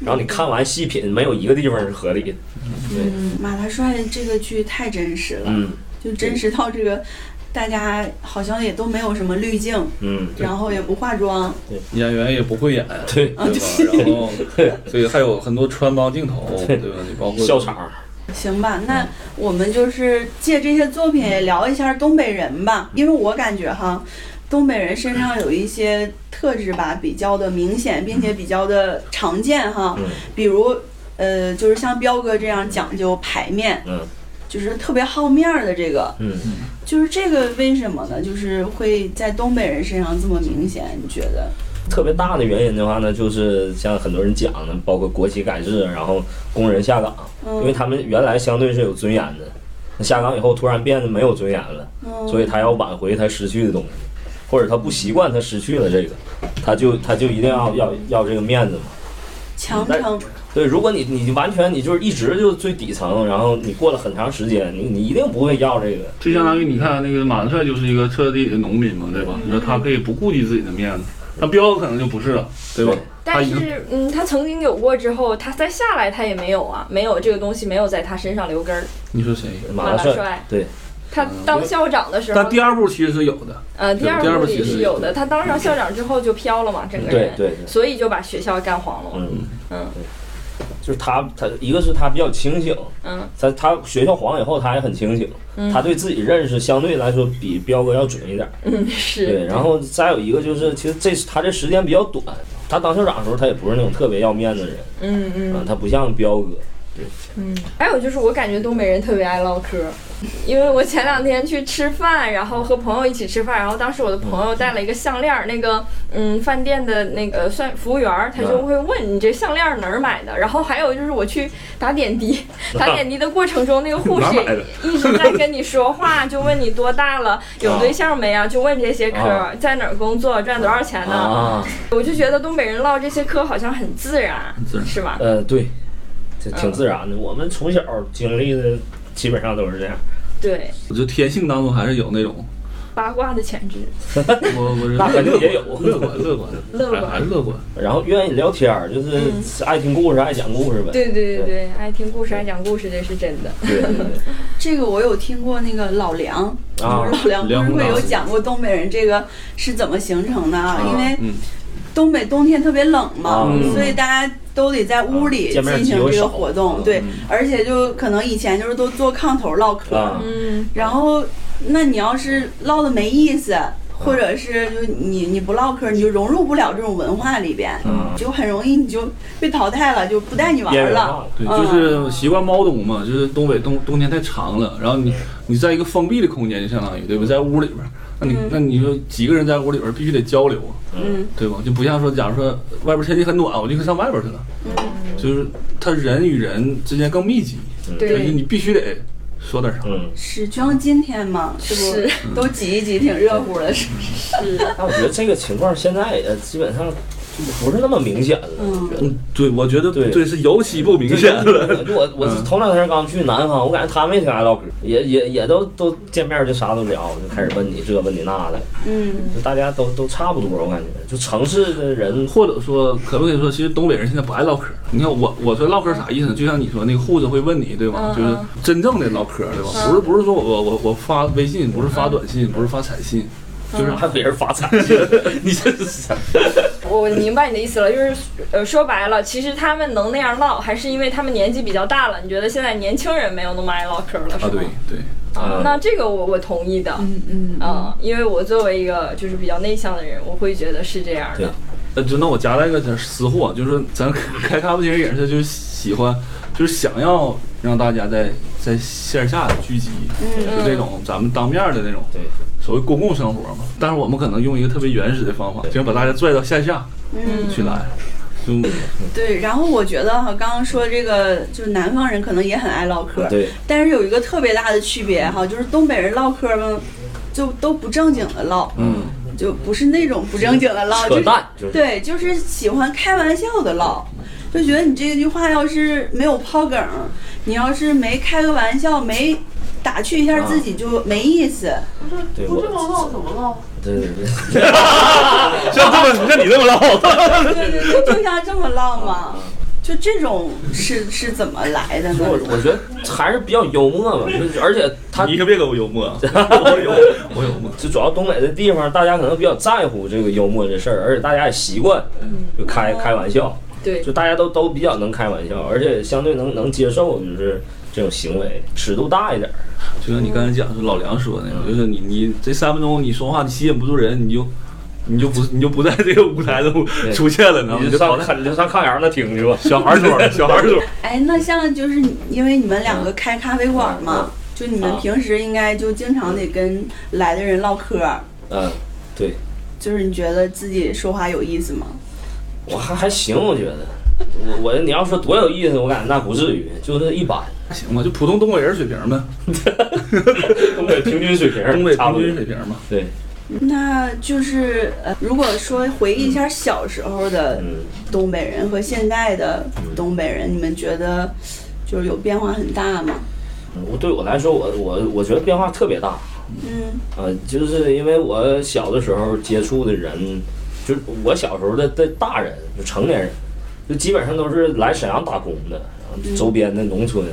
[SPEAKER 4] 然后你看完细品，没有一个地方是合理的，
[SPEAKER 1] 嗯，马大帅这个剧太真实了，
[SPEAKER 4] 嗯
[SPEAKER 1] 就真实到这个，大家好像也都没有什么滤镜，
[SPEAKER 4] 嗯，
[SPEAKER 1] 然后也不化妆，
[SPEAKER 5] 演员也不会演，
[SPEAKER 4] 对
[SPEAKER 5] 对吧？然后，所以还有很多穿帮镜头，对吧？你包括
[SPEAKER 4] 笑场，
[SPEAKER 1] 行吧，那我们就是借这些作品也聊一下东北人吧，因为我感觉哈，东北人身上有一些特质吧，比较的明显，并且比较的常见哈
[SPEAKER 4] 嗯，
[SPEAKER 1] 比如呃，就是像彪哥这样讲究排面，
[SPEAKER 4] 嗯
[SPEAKER 1] 就是特别好面儿的这个，
[SPEAKER 4] 嗯。
[SPEAKER 1] 就是这个为什么呢？就是会在东北人身上这么明显，你觉得？
[SPEAKER 4] 特别大的原因的话呢，就是像很多人讲的，包括国企改制，然后工人下岗，
[SPEAKER 1] 嗯
[SPEAKER 4] 因为他们原来相对是有尊严的，那下岗以后突然变得没有尊严了，
[SPEAKER 1] 嗯，
[SPEAKER 4] 所以他要挽回他失去的东西，或者他不习惯他失去了这个，他就他就一定要要要这个面子嘛。
[SPEAKER 1] 强
[SPEAKER 4] 但
[SPEAKER 1] 撑，
[SPEAKER 4] 对，如果你你完全你就是一直就最底层，然后你过了很长时间，你你一定不会要这个。
[SPEAKER 5] 就相当于你看那个马大帅就是一个彻底的农民嘛，对吧？你说他可以不顾及自己的面子，那彪可能就不是了，对吧？他
[SPEAKER 2] 但
[SPEAKER 5] 已经
[SPEAKER 2] 是，嗯，他曾经有过之后，他再下来，他也没有啊，没有这个东西，没有在他身上留根儿。
[SPEAKER 5] 你说谁？
[SPEAKER 4] 马
[SPEAKER 2] 马
[SPEAKER 4] 大
[SPEAKER 2] 大帅
[SPEAKER 4] 对，
[SPEAKER 2] 他
[SPEAKER 5] 嗯
[SPEAKER 2] 当校长的时候
[SPEAKER 5] 但，第二部其实是有的，
[SPEAKER 2] 呃，第
[SPEAKER 5] 第
[SPEAKER 2] 二
[SPEAKER 5] 二
[SPEAKER 2] 部
[SPEAKER 5] 部
[SPEAKER 2] 里
[SPEAKER 5] 其实
[SPEAKER 2] 是有的。他当上校长之后就飘了嘛，整个
[SPEAKER 4] 对
[SPEAKER 2] 人，
[SPEAKER 4] 对对
[SPEAKER 2] 所以就把学校干黄了嘛。
[SPEAKER 4] 嗯
[SPEAKER 2] 嗯
[SPEAKER 4] 对就是他他一个是他比较清醒，
[SPEAKER 2] 嗯，
[SPEAKER 4] 他他学校黄以后，他也很清醒，他对自己认识相对来说比彪哥要准一点。
[SPEAKER 2] 嗯，是
[SPEAKER 4] 对，然后再有一个就是，其实这他这时间比较短，他当校长的时候，他也不是那种特别要面子的人，
[SPEAKER 2] 嗯嗯
[SPEAKER 4] 啊，他不像彪哥，
[SPEAKER 2] 嗯。还有就是，我感觉东北人特别爱唠嗑，因为我前两天去吃饭，然后和朋友一起吃饭，然后当时我的朋友带了一个项链儿，那个嗯，饭店的那个算服务员儿，他就会问你这项链儿哪儿买
[SPEAKER 4] 嗯
[SPEAKER 2] 的。然后还有就是我去打点滴，打点滴的过程中，那个护
[SPEAKER 5] 哪
[SPEAKER 2] 士
[SPEAKER 5] 儿 买的
[SPEAKER 2] 一直在跟你说话，就问你多大了，有对象没啊，就问这些科
[SPEAKER 4] 啊
[SPEAKER 2] 儿，在哪儿工作，赚多少钱呢？
[SPEAKER 4] 啊，
[SPEAKER 2] 我就觉得东北人唠这些嗑好像很自然
[SPEAKER 5] 自，然
[SPEAKER 2] 是吧？
[SPEAKER 4] 呃，对，这挺
[SPEAKER 2] 嗯
[SPEAKER 4] 自然的。我们从小经历的基本上都是这样，
[SPEAKER 2] 对，
[SPEAKER 5] 我觉得天性当中还是有那 种，
[SPEAKER 2] 八卦的潜质。
[SPEAKER 5] 我我是
[SPEAKER 4] 那肯定也有
[SPEAKER 5] 乐观乐观
[SPEAKER 2] 乐观嗯
[SPEAKER 5] 还还是乐观。
[SPEAKER 4] 然后愿意聊天儿，就是爱听故事，爱讲故事呗。
[SPEAKER 2] 对对对
[SPEAKER 4] 对
[SPEAKER 2] 对，爱听故事，爱讲故事，这是真的。
[SPEAKER 4] 对对对，
[SPEAKER 1] 这个我有听过，那个老梁，
[SPEAKER 4] 啊
[SPEAKER 1] 就是老梁
[SPEAKER 5] 梁
[SPEAKER 1] 不
[SPEAKER 5] 红
[SPEAKER 1] 是会有
[SPEAKER 5] 老师
[SPEAKER 1] 讲过东北人这个是怎么形成的啊？因为
[SPEAKER 5] 嗯，
[SPEAKER 1] 东北冬天特别冷嘛，
[SPEAKER 4] 嗯
[SPEAKER 1] 所以大家都得在屋里
[SPEAKER 4] 啊见面
[SPEAKER 1] 进行这个活动，
[SPEAKER 4] 机会少
[SPEAKER 1] 对，而且就可能以前就是都坐炕头唠嗑，
[SPEAKER 4] 啊
[SPEAKER 2] 嗯，
[SPEAKER 1] 然后那你要是唠的没意思。或者是就你你不唠嗑，你就融入不了这种文化里边，
[SPEAKER 4] 嗯
[SPEAKER 1] 就很容易你就被淘汰了，就不带你玩
[SPEAKER 4] 边
[SPEAKER 1] 儿
[SPEAKER 4] 缘
[SPEAKER 1] 了
[SPEAKER 4] 化。
[SPEAKER 5] 对，
[SPEAKER 1] 嗯
[SPEAKER 5] 就是习惯猫冬嘛，就是东北冬冬天太长了，然后你你在一个封闭的空间，就相当于对吧，在屋里边儿，那
[SPEAKER 2] 嗯
[SPEAKER 5] 你、那你说几个人在屋里边儿必须得交流啊，
[SPEAKER 1] 嗯，
[SPEAKER 5] 对吧？就不像说，假如说外边儿天气很暖，我就可以上外边儿去了，就是他人与人之间更密集，就是
[SPEAKER 2] 对，
[SPEAKER 5] 你必须得说点啥。
[SPEAKER 4] 嗯。
[SPEAKER 1] 是就像今天嘛，是不都挤一挤，挺热乎的，是
[SPEAKER 4] 但我觉得这个情况现在呃，基本上不是那么明显了，我觉得。
[SPEAKER 5] 嗯，对，我觉得
[SPEAKER 4] 对
[SPEAKER 5] 对是尤其不明显了。嗯
[SPEAKER 4] 就我我头两天刚去南方，我感觉他们也挺爱唠嗑，也也也都都见面就啥都聊，就开始问你这问你那的，
[SPEAKER 1] 嗯，
[SPEAKER 4] 就大家都都差不多，我感觉就城市的人
[SPEAKER 5] 或者说，可不可以说，其实东北人现在不爱唠嗑？你看我，我说唠嗑啥意思呢？就像你说那个护士会问你，对吧？
[SPEAKER 2] 嗯
[SPEAKER 5] 就是真正的唠嗑，对吧？不是不是说我我我发微信，不是发短信，
[SPEAKER 2] 嗯
[SPEAKER 5] 不是发彩信，就是
[SPEAKER 4] 还别人发财 去，你这是啥？
[SPEAKER 5] 啊
[SPEAKER 2] 我明白你的意思了，就是呃，说白了，其实他们能那样唠，还是因为他们年纪比较大了。你觉得现在年轻人没有那么爱唠嗑了，是
[SPEAKER 5] 啊，
[SPEAKER 2] 吗？
[SPEAKER 5] 对对，
[SPEAKER 2] 啊那这个我我同意的，嗯嗯，啊，因为我作为一个就是比较内向的人，我会觉得是这样
[SPEAKER 4] 对
[SPEAKER 2] 的，
[SPEAKER 5] 呃，就那我夹带一个点私货，就是咱开咖啡厅也是，就是喜欢，就是想要让大家在在线下聚集，就这种咱们当面的那种，
[SPEAKER 4] 对，
[SPEAKER 5] 所谓公共生活嘛。但是我们可能用一个特别原始的方法，就是把大家拽到线下，嗯，去来，就
[SPEAKER 1] 对。然后我觉得哈，刚刚说这个就是南方人可能也很爱唠嗑，
[SPEAKER 4] 对，
[SPEAKER 1] 但是有一个特别大的区别哈，就是东北人唠嗑呢，就都不正经的唠，
[SPEAKER 5] 嗯，
[SPEAKER 1] 就不是那种不正经的唠，就
[SPEAKER 4] 扯
[SPEAKER 1] 是
[SPEAKER 4] 淡就是
[SPEAKER 1] 对，就是喜欢开玩笑的唠，就觉得你这句话要是没有抛梗儿，你要是没开个玩笑，没打趣一下自己就没意思。
[SPEAKER 4] 啊对
[SPEAKER 8] 不
[SPEAKER 4] 我
[SPEAKER 8] 正能唠怎么唠？
[SPEAKER 4] 对对对，
[SPEAKER 5] 像这么像你这么唠，
[SPEAKER 1] 对对对，就像这么唠嘛，就这种是是怎么来的呢
[SPEAKER 4] 我？我觉得还是比较幽默嘛，就是而且他
[SPEAKER 5] 你可别给我幽 默啊，我幽默，我幽默。
[SPEAKER 4] 就主要东北的地方，大家可能比较在乎这个幽默这事儿，而且大家也习惯就开开玩笑，
[SPEAKER 2] 对
[SPEAKER 4] 就大家都都比较能开玩笑，而且相对能能接受，就是这种行为尺度大一点儿。
[SPEAKER 5] 就像你刚才讲，是老梁说的那种，就是你你这三分钟你说话你吸引不住人，你就你就不你就不在这个舞台中出现了，你知道吗？
[SPEAKER 4] 你就上
[SPEAKER 5] 你就淘汰。
[SPEAKER 4] 看你就上炕沿那听去吧。
[SPEAKER 5] 小孩儿 说，小孩儿说，
[SPEAKER 1] 哎，那像就是你因为你们两个开咖啡馆嘛，就你们
[SPEAKER 4] 啊
[SPEAKER 1] 平时应该就经常得跟来的人唠嗑，
[SPEAKER 4] 嗯，对，
[SPEAKER 1] 就是你觉得自己说话有意思吗？
[SPEAKER 4] 我还还行，我觉得。我我你要说多有意思，我感觉那不至于，就是一般，
[SPEAKER 5] 行吧，就普通东北人水平呗，
[SPEAKER 4] 东北平均水平，
[SPEAKER 5] 东北
[SPEAKER 4] 差
[SPEAKER 5] 平
[SPEAKER 4] 不多
[SPEAKER 5] 均水平嘛。
[SPEAKER 4] 对，
[SPEAKER 1] 那就是呃，如果说回忆一下小时候的
[SPEAKER 4] 嗯，
[SPEAKER 1] 东北人和现在的东北人，你们觉得就是有变化很大吗？
[SPEAKER 4] 我对我来说，我我我觉得变化特别大，
[SPEAKER 1] 嗯
[SPEAKER 4] 呃，就是因为我小的时候接触的人，就是我小时候的的大人，就成年人，就基本上都是来沈阳打工的，然后周边的农村，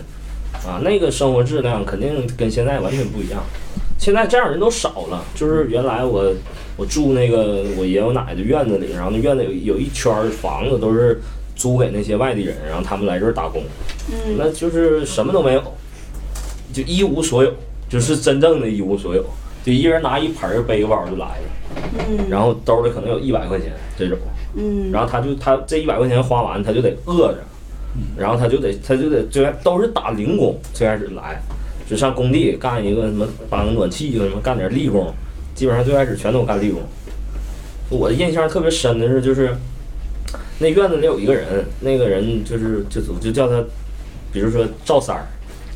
[SPEAKER 4] 啊，那个生活质量肯定跟现在完全不一样。现在这样人都少了，就是原来我我住那个我爷爷我奶奶的院子里，然后那院子有有一圈儿房子都是租给那些外地人，然后他们来这儿打工，
[SPEAKER 1] 嗯
[SPEAKER 4] 那就是什么都没有，就一无所有，就是真正的一无所有，就一人拿一盆儿背个包就来了，
[SPEAKER 1] 嗯
[SPEAKER 4] 然后兜里可能有一百块钱这种，
[SPEAKER 1] 嗯，
[SPEAKER 4] 然后他就他这一百块钱花完，他就得饿着，然后他就得他就得最开都是打零工，最开始来就上工地干一个什么搬个暖气什么干点力工，基本上最开始全都干力工。我的印象特别深的是，就是那院子里有一个人，那个人就是就就就叫他，比如说赵三儿，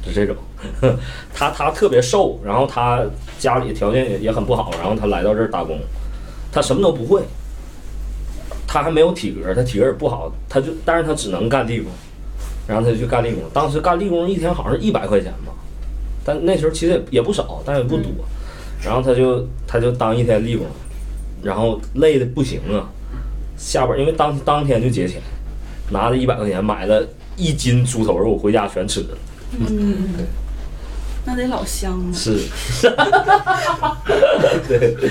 [SPEAKER 4] 就这种， 他他特别瘦，然后他家里条件也也很不好，然后他来到这儿打工，他什么都不会，他还没有体格，他体格也不好，他就但是他只能干力工，然后他就去干力工。当时干力工一天好像一百块钱吧，但那时候其实也也不少，但也不多。然后他就他就当一天力工，然后累的不行啊，下班因为当当天就结钱，拿着一百块钱买了一斤猪头肉回家全吃了。
[SPEAKER 1] 嗯那得老乡了。
[SPEAKER 4] 是， 对对，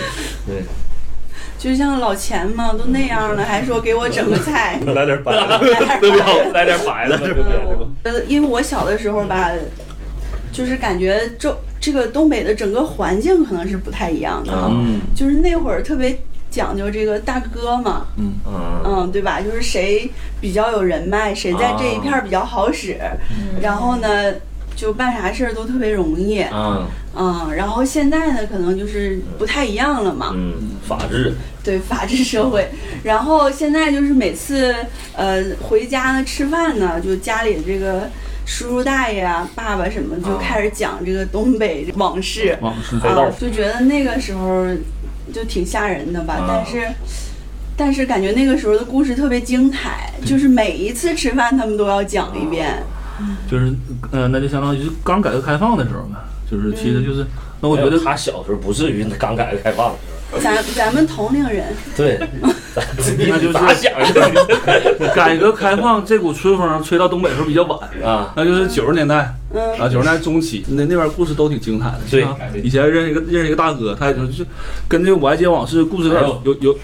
[SPEAKER 1] 就像老钱嘛，都那样了，还说给我整个菜。
[SPEAKER 5] 来点白 的，对不对？来点白的，对不对？
[SPEAKER 1] 呃，因为我小的时候吧，
[SPEAKER 4] 嗯
[SPEAKER 1] 就是感觉这这个东北的整个环境可能是不太一样的，
[SPEAKER 4] 啊
[SPEAKER 5] 嗯
[SPEAKER 1] 就是那会儿特别讲究这个大哥嘛，
[SPEAKER 4] 啊，
[SPEAKER 1] 嗯，对吧？就是谁比较有人脉，谁在这一片
[SPEAKER 4] 啊
[SPEAKER 1] 儿比较好使，
[SPEAKER 4] 嗯
[SPEAKER 1] 然后呢，就办啥事儿都特别容易，
[SPEAKER 4] 啊，
[SPEAKER 1] 嗯，然后现在呢，可能就是不太一样了嘛，
[SPEAKER 4] 嗯，法治，
[SPEAKER 1] 对法治社会。然后现在就是每次呃回家呢吃饭呢，就家里这个叔叔大爷啊、爸爸什么就开始讲这个东北往事
[SPEAKER 5] 往事
[SPEAKER 4] 黑道
[SPEAKER 1] 啊，就觉得那个时候就挺吓人的吧。
[SPEAKER 4] 啊
[SPEAKER 1] 但是但是感觉那个时候的故事特别精彩，就是每一次吃饭他们都要讲一遍。
[SPEAKER 5] 就是呃，那就相当于是刚改革开放的时候嘛，就是其实就是，那我觉得
[SPEAKER 4] 没有他小时候不至于刚改革开放的时候，
[SPEAKER 1] 咱咱们同龄人，
[SPEAKER 4] 对，
[SPEAKER 5] 那就是
[SPEAKER 4] 咋想的
[SPEAKER 5] 改革开放这股春风吹到东北的时候比较晚，
[SPEAKER 4] 啊？
[SPEAKER 5] 那就是九十年代
[SPEAKER 1] 嗯，
[SPEAKER 5] 啊，九十年代中期，那那边故事都挺精彩的。
[SPEAKER 4] 对
[SPEAKER 5] 像以前认识一个认识一个大哥，他也就是跟这个《我爱街往事》故事有点
[SPEAKER 4] 哎呦
[SPEAKER 5] 有有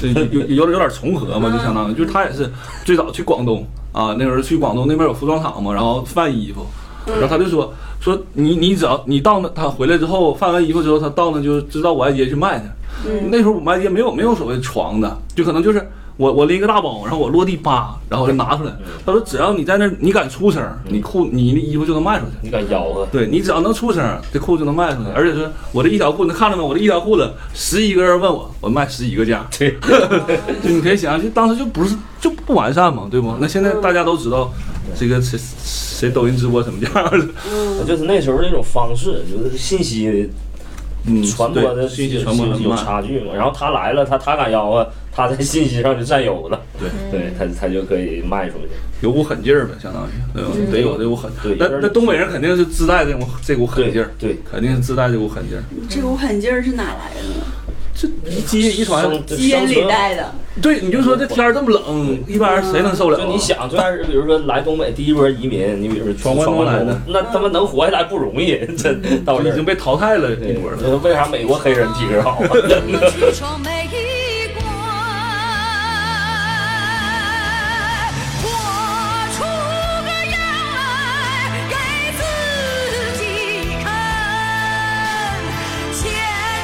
[SPEAKER 5] 对有有有点有点重合嘛，就相当于就是他也是最早去广东啊，那时候去广东那边有服装厂嘛，然后贩衣服，
[SPEAKER 3] 嗯
[SPEAKER 5] 然后他就说说你你只要你到那他回来之后贩完衣服之后，他到那就知道我爱街去卖去。
[SPEAKER 4] 嗯
[SPEAKER 5] 那时候我们爱街没有没有所谓床的，就可能就是。我我拎一个大包，然后我落地扒，然后我就拿出来。
[SPEAKER 4] 嗯
[SPEAKER 5] 他说：“只要你在那儿，你敢出声儿，你裤你的衣服就能卖出去。”
[SPEAKER 4] 你敢吆喝？
[SPEAKER 5] 对你只要能出声，这裤子就能卖出去。而且是我这一条裤子，看着没？我这一条裤子，十一个人问我，我卖十一个价。
[SPEAKER 4] 对，
[SPEAKER 5] 就你可以想象，就当时就不是就不完善嘛，对不？那
[SPEAKER 4] 嗯
[SPEAKER 5] 现在大家都知道，这个谁谁抖音直播什么样了，
[SPEAKER 1] 嗯
[SPEAKER 4] 就是那时候那种方式，就是信息
[SPEAKER 5] 嗯，
[SPEAKER 4] 传播
[SPEAKER 5] 对
[SPEAKER 4] 的
[SPEAKER 5] 信息传播很
[SPEAKER 4] 有
[SPEAKER 5] 慢。
[SPEAKER 4] 差距嘛。然后他来了，他他敢吆喝，他在信息上就占有了，
[SPEAKER 5] 对，
[SPEAKER 1] 嗯
[SPEAKER 4] 对他他就可以卖出去。
[SPEAKER 5] 有股狠劲儿呗，相当于对吧？得有这股狠
[SPEAKER 4] 对。
[SPEAKER 5] 那
[SPEAKER 4] 有点
[SPEAKER 5] 那东北人肯定是自带这股这股狠劲儿，
[SPEAKER 4] 对对
[SPEAKER 5] 肯定是自带这股狠劲儿。
[SPEAKER 1] 这股狠劲儿是哪来的呢？
[SPEAKER 5] 这基因遗传，
[SPEAKER 4] 生
[SPEAKER 1] 基因里，带的。
[SPEAKER 5] 对，你就说这天儿这么冷，一般人谁能
[SPEAKER 4] 生
[SPEAKER 5] 受了
[SPEAKER 4] 存嗯
[SPEAKER 5] 啊？
[SPEAKER 4] 就你想，最开始比如说来东北第一波移民，你比如说
[SPEAKER 5] 闯关东来的嗯
[SPEAKER 4] 那他妈能活下来不容易，这到这
[SPEAKER 5] 已经
[SPEAKER 4] 儿
[SPEAKER 5] 被淘汰了一
[SPEAKER 4] 对
[SPEAKER 5] 波了。
[SPEAKER 4] 为啥美国黑人体质好？
[SPEAKER 3] 去闯美国，活出个样来给自己看，千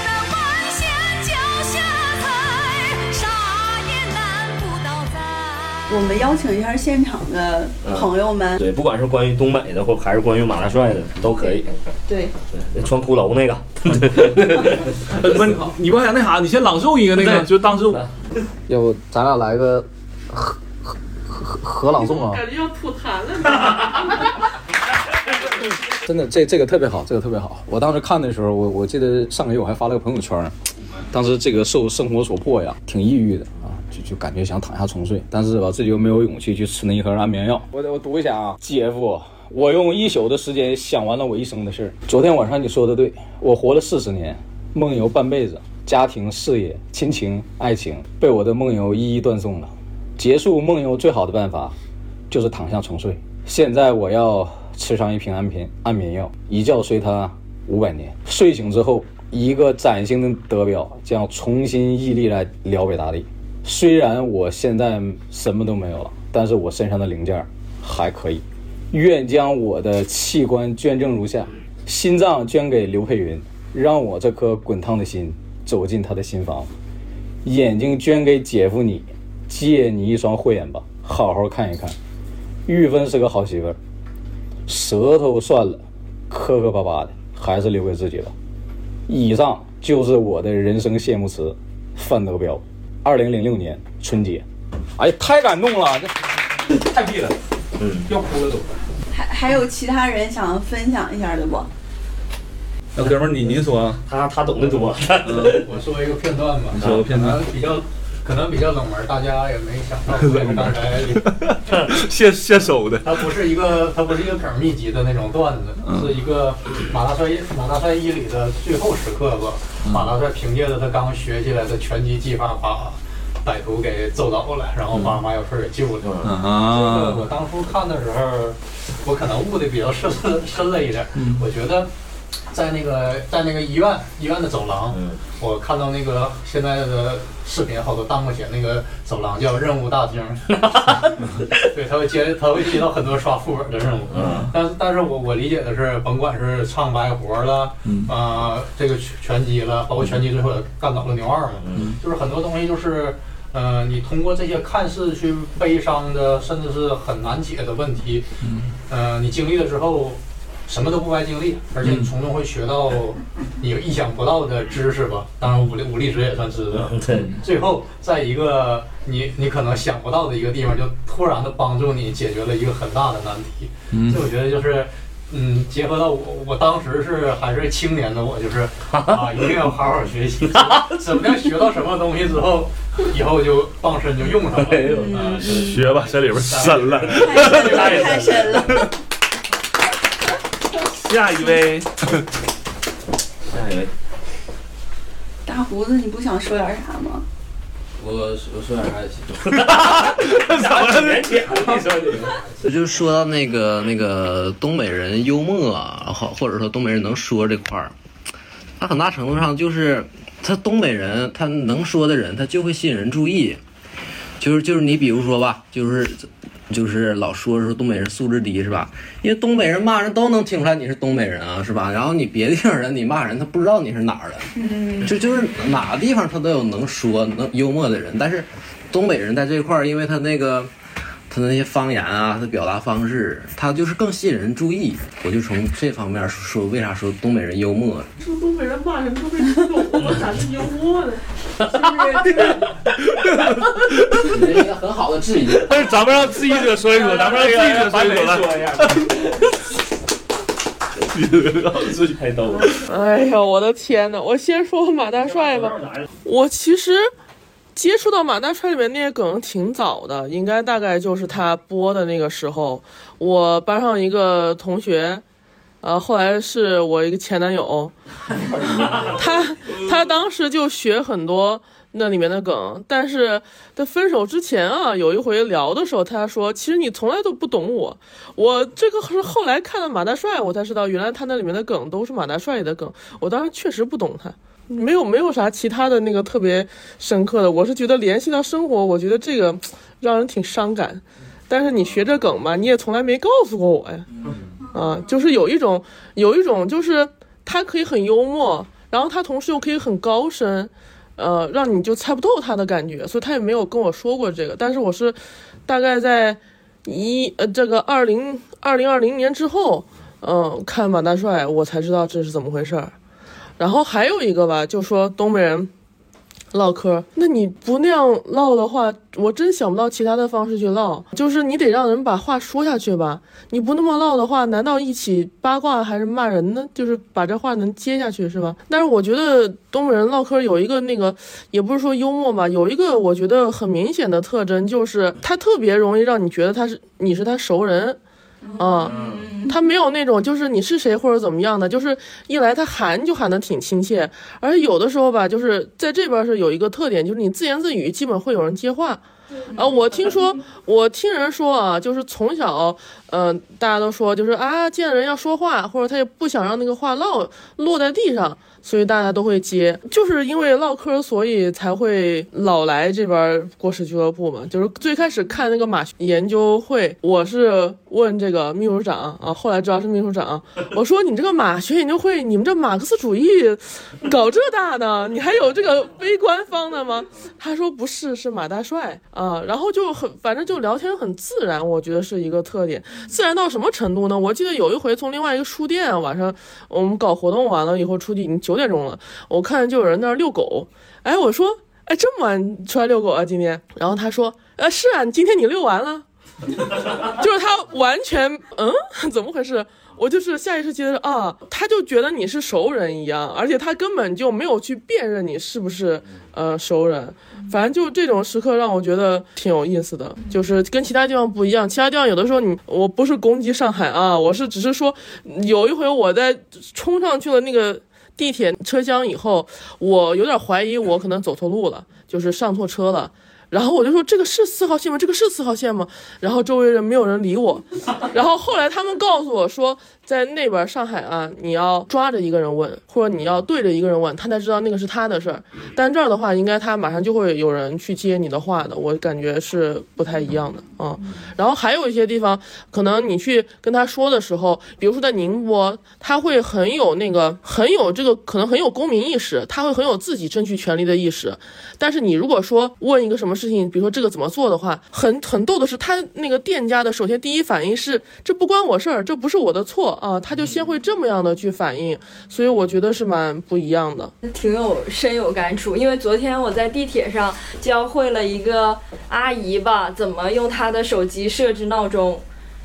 [SPEAKER 3] 难万险脚下踩，啥也难不倒咱。
[SPEAKER 1] 我们邀请一下现场的朋友们，
[SPEAKER 4] 嗯对，不管是关于东北的，或还是关于马大帅的，都可以。
[SPEAKER 1] 对，
[SPEAKER 4] 对穿骷髅那个，
[SPEAKER 5] 呃不是，你不想 那啥，你先朗诵一个那个，
[SPEAKER 4] 对
[SPEAKER 5] 就当时我
[SPEAKER 8] 要不咱俩来个合合
[SPEAKER 5] 嗯
[SPEAKER 8] 合合朗诵啊？
[SPEAKER 6] 感觉要吐痰了。
[SPEAKER 8] 真的，这这个特别好，这个特别好。我当时看的时候，我我记得上个月我还发了个朋友圈儿，当时这个受生活所迫呀，挺抑郁的啊，就就感觉想躺下重睡，但是吧，自己又没有勇气去吃那一盒安眠药。我我读一下啊，姐夫，我用一宿的时间想完了我一生的事儿。昨天晚上你说的对，我活了四十年，梦游半辈子，家庭、事业、亲情、爱情被我的梦游一一断送了。结束梦游最好的办法，就是躺下重睡。现在我要吃上一瓶安眠安眠药，一觉睡它五百年。睡醒之后，一个崭新的德表将重新屹立在辽北大地。虽然我现在什么都没有了，但是我身上的零件儿还可以。愿将我的器官捐赠如下：心脏捐给刘佩云，让我这颗滚烫的心走进他的心房；眼睛捐给姐夫你，借你一双慧眼吧，好好看一看。玉芬是个好媳妇儿，舌头算了，磕磕巴巴的，还是留给自己吧。以上就是我的人生谢幕词，范德彪，二零零六年春节。哎呀，太感动了！这
[SPEAKER 7] 太 屁了，嗯，要哭了都。
[SPEAKER 1] 还还有其他人想分享一下的不？
[SPEAKER 5] 那哥们儿你您说啊，
[SPEAKER 4] 他他懂得多。
[SPEAKER 6] 我说一个片段吧，
[SPEAKER 5] 你说个片段
[SPEAKER 6] 啊比较可能比较冷门，大家也没想 到，所以我刚才
[SPEAKER 5] 现现收的，
[SPEAKER 6] 它不是一个它不是一个梗密集的那种段子，是一个马大帅马大帅一里的最后时刻吧。马大帅凭借着他刚学起来的拳击技法，把歹徒给揍倒了，然后把马小帅给救了。
[SPEAKER 5] 啊
[SPEAKER 6] 我当初看的时候，我可能悟的比较深了深了一点儿。我觉得在那个在那个医院医院的走廊，
[SPEAKER 4] 嗯
[SPEAKER 9] 嗯
[SPEAKER 6] 我看到那个现在的视频，好多弹幕写那个走廊叫任务大厅， 对，他会接他会接到很多刷副本的任务。但是但是我我理解的是，甭管是唱白活了，啊、这个拳拳击了，包括拳击最后也干倒了牛二嘛，
[SPEAKER 5] 嗯
[SPEAKER 6] 就是很多东西就是。呃，你通过这些看似去悲伤的，甚至是很难解的问题，呃，你经历了之后，什么都不白经历，而且你从中会学到你意想不到的知识吧。当然，武力武力值也算知识。
[SPEAKER 4] 对，
[SPEAKER 6] 最后，在一个你你可能想不到的一个地方，就突然的帮助你解决了一个很大的难题。这我觉得就是嗯，结合到我，我当时是还是青年的我，就是啊，一定要好好学习， 怎么样学到什么东西之后，以后就傍身就用上了。啊就是
[SPEAKER 5] 学吧，这里边深了。
[SPEAKER 1] 太深了，太深了。
[SPEAKER 5] 下一位，
[SPEAKER 9] 下一位，
[SPEAKER 1] 大胡子，你不想说点啥吗？
[SPEAKER 9] 我我说点啥也行。
[SPEAKER 4] 腼腆，你说你。
[SPEAKER 9] 我就说到那个那个东北人幽默啊，或或者说东北人能说这块儿，他很大程度上就是他东北人，他能说的人，他就会吸引人注意。就是就是你比如说吧，就是就是老说说东北人素质低是吧？因为东北人骂人都能听出来你是东北人啊，是吧？然后你别地方人你骂人，他不知道你是哪儿
[SPEAKER 3] 嗯
[SPEAKER 9] 的，就就是哪个地方他都有能说能幽默的人，但是东北人在这块儿，因为他那个。他的那些方言啊，他的表达方式，他就是更吸引人注意。我就从这方面说，为啥说东北人幽默？
[SPEAKER 10] 说东北人骂人都没听 懂，我咋是幽默呢？
[SPEAKER 9] 这是一个很好的质疑。
[SPEAKER 5] 但是咱们让质疑者说一说，咱们让质疑者说一说
[SPEAKER 9] 哎
[SPEAKER 5] 来。
[SPEAKER 4] 说呀？太逗了！
[SPEAKER 10] 哎呀，我的天哪！我先说马大帅吧。我其实接触到马大帅里面那些梗挺早的，应该大概就是他播的那个时候。我班上一个同学，呃，后来是我一个前男友，他他当时就学很多那里面的梗，但是在分手之前啊，有一回聊的时候，他说：“其实你从来都不懂我。”我这个是后来看了马大帅，我才知道原来他那里面的梗都是马大帅里的梗。我当时确实不懂他，没有没有啥其他的那个特别深刻的。我是觉得联系到生活，我觉得这个让人挺伤感。但是你学这梗吧，你也从来没告诉过我呀。啊，就是有一种有一种就是他可以很幽默，然后他同时又可以很高深，呃，让你就猜不透他的感觉，所以他也没有跟我说过这个。但是我是大概在一呃这个二零二零二零年之后，嗯、看马大帅我才知道这是怎么回事儿。然后还有一个吧，就说东北人唠嗑，那你不那样唠的话，我真想不到其他的方式去唠，就是你得让人把话说下去吧。你不那么唠的话，难道一起八卦还是骂人呢？就是把这话能接下去是吧？但是我觉得东北人唠嗑有一个那个，也不是说幽默吧，有一个我觉得很明显的特征就是他特别容易让你觉得他是你是他熟人，啊、他没有那种就是你是谁或者怎么样的，就是一来他喊就喊得挺亲切，而且有的时候吧，就是在这边是有一个特点，就是你自言自语基本会有人接话。啊，我听说，我听人说啊，就是从小，嗯、大家都说就是啊，见人要说话，或者他也不想让那个话落落在地上，所以大家都会接，就是因为唠嗑，所以才会老来这边国史俱乐部嘛。就是最开始看那个马研究会，我是问这个秘书长啊，后来知道是秘书长，我说你这个马学研究会，你们这马克思主义搞这大的，你还有这个非官方的吗？他说不是，是马大帅啊，然后就很，反正就聊天很自然，我觉得是一个特点。自然到什么程度呢？我记得有一回从另外一个书店晚上，我们搞活动完了以后出去已经九点钟了，我看就有人在那儿遛狗，哎，我说，哎，这么晚出来遛狗啊今天？然后他说，呃，是啊，今天你遛完了。 就是他完全嗯，怎么回事？我就是下意识觉得啊，他就觉得你是熟人一样，而且他根本就没有去辨认你是不是呃熟人。反正就这种时刻让我觉得挺有意思的，就是跟其他地方不一样。其他地方有的时候你我不是攻击上海啊，我是只是说有一回我在冲上去了那个地铁车厢以后，我有点怀疑我可能走错路了，就是上错车了。然后我就说这个是四号线吗？这个是四号线吗？然后周围人没有人理我，然后后来他们告诉我说，在那边上海啊，你要抓着一个人问，或者你要对着一个人问，他才知道那个是他的事儿。但这儿的话，应该他马上就会有人去接你的话的，我感觉是不太一样的啊、然后还有一些地方，可能你去跟他说的时候，比如说在宁波，他会很有那个很有这个可能很有公民意识，他会很有自己争取权利的意识。但是你如果说问一个什么事情，比如说这个怎么做的话，很很逗的是，他那个店家的首先第一反应是这不关我事儿，这不是我的错啊，他就先会这么样的去反应，所以我觉得是蛮不一样的。
[SPEAKER 2] 挺有深有感触，因为昨天我在地铁上教会了一个阿姨吧，怎么用她的手机设置闹钟。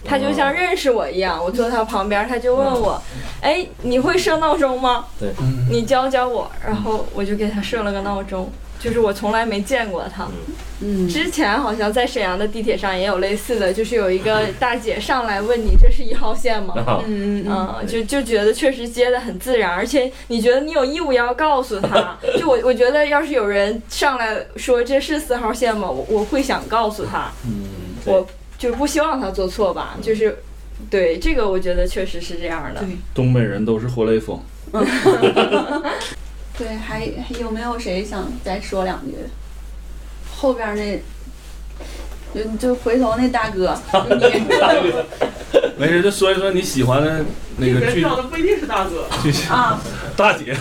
[SPEAKER 2] 他就
[SPEAKER 4] 哦
[SPEAKER 2] 像认识我一样，我坐他旁边，他就问我，哎，你会设闹钟吗？
[SPEAKER 4] 对，
[SPEAKER 2] 你教教我。然后我就给他设了个闹钟，就是我从来没见过他。
[SPEAKER 1] 嗯，
[SPEAKER 2] 之前好像在沈阳的地铁上也有类似的，就是有一个大姐上来问你这是一号线吗？
[SPEAKER 4] 啊
[SPEAKER 2] 嗯嗯嗯，就就觉得确实接的很自然，而且你觉得你有义务要告诉他。就我我觉得要是有人上来说这是四号线吗？我我会想告诉他，
[SPEAKER 4] 嗯，对嗯
[SPEAKER 2] 我就是不希望他做错吧，就是。对这个，我觉得确实是这样的。
[SPEAKER 5] 东北人都是活雷锋。
[SPEAKER 1] 对，还还有没有谁想再说两句？后边那，就就回头那大哥，就你
[SPEAKER 5] 没事，就说一说你喜欢的那个
[SPEAKER 10] 人
[SPEAKER 5] 剧
[SPEAKER 10] 长得不一定是大哥，
[SPEAKER 5] 剧情。
[SPEAKER 1] 啊，
[SPEAKER 5] 大姐，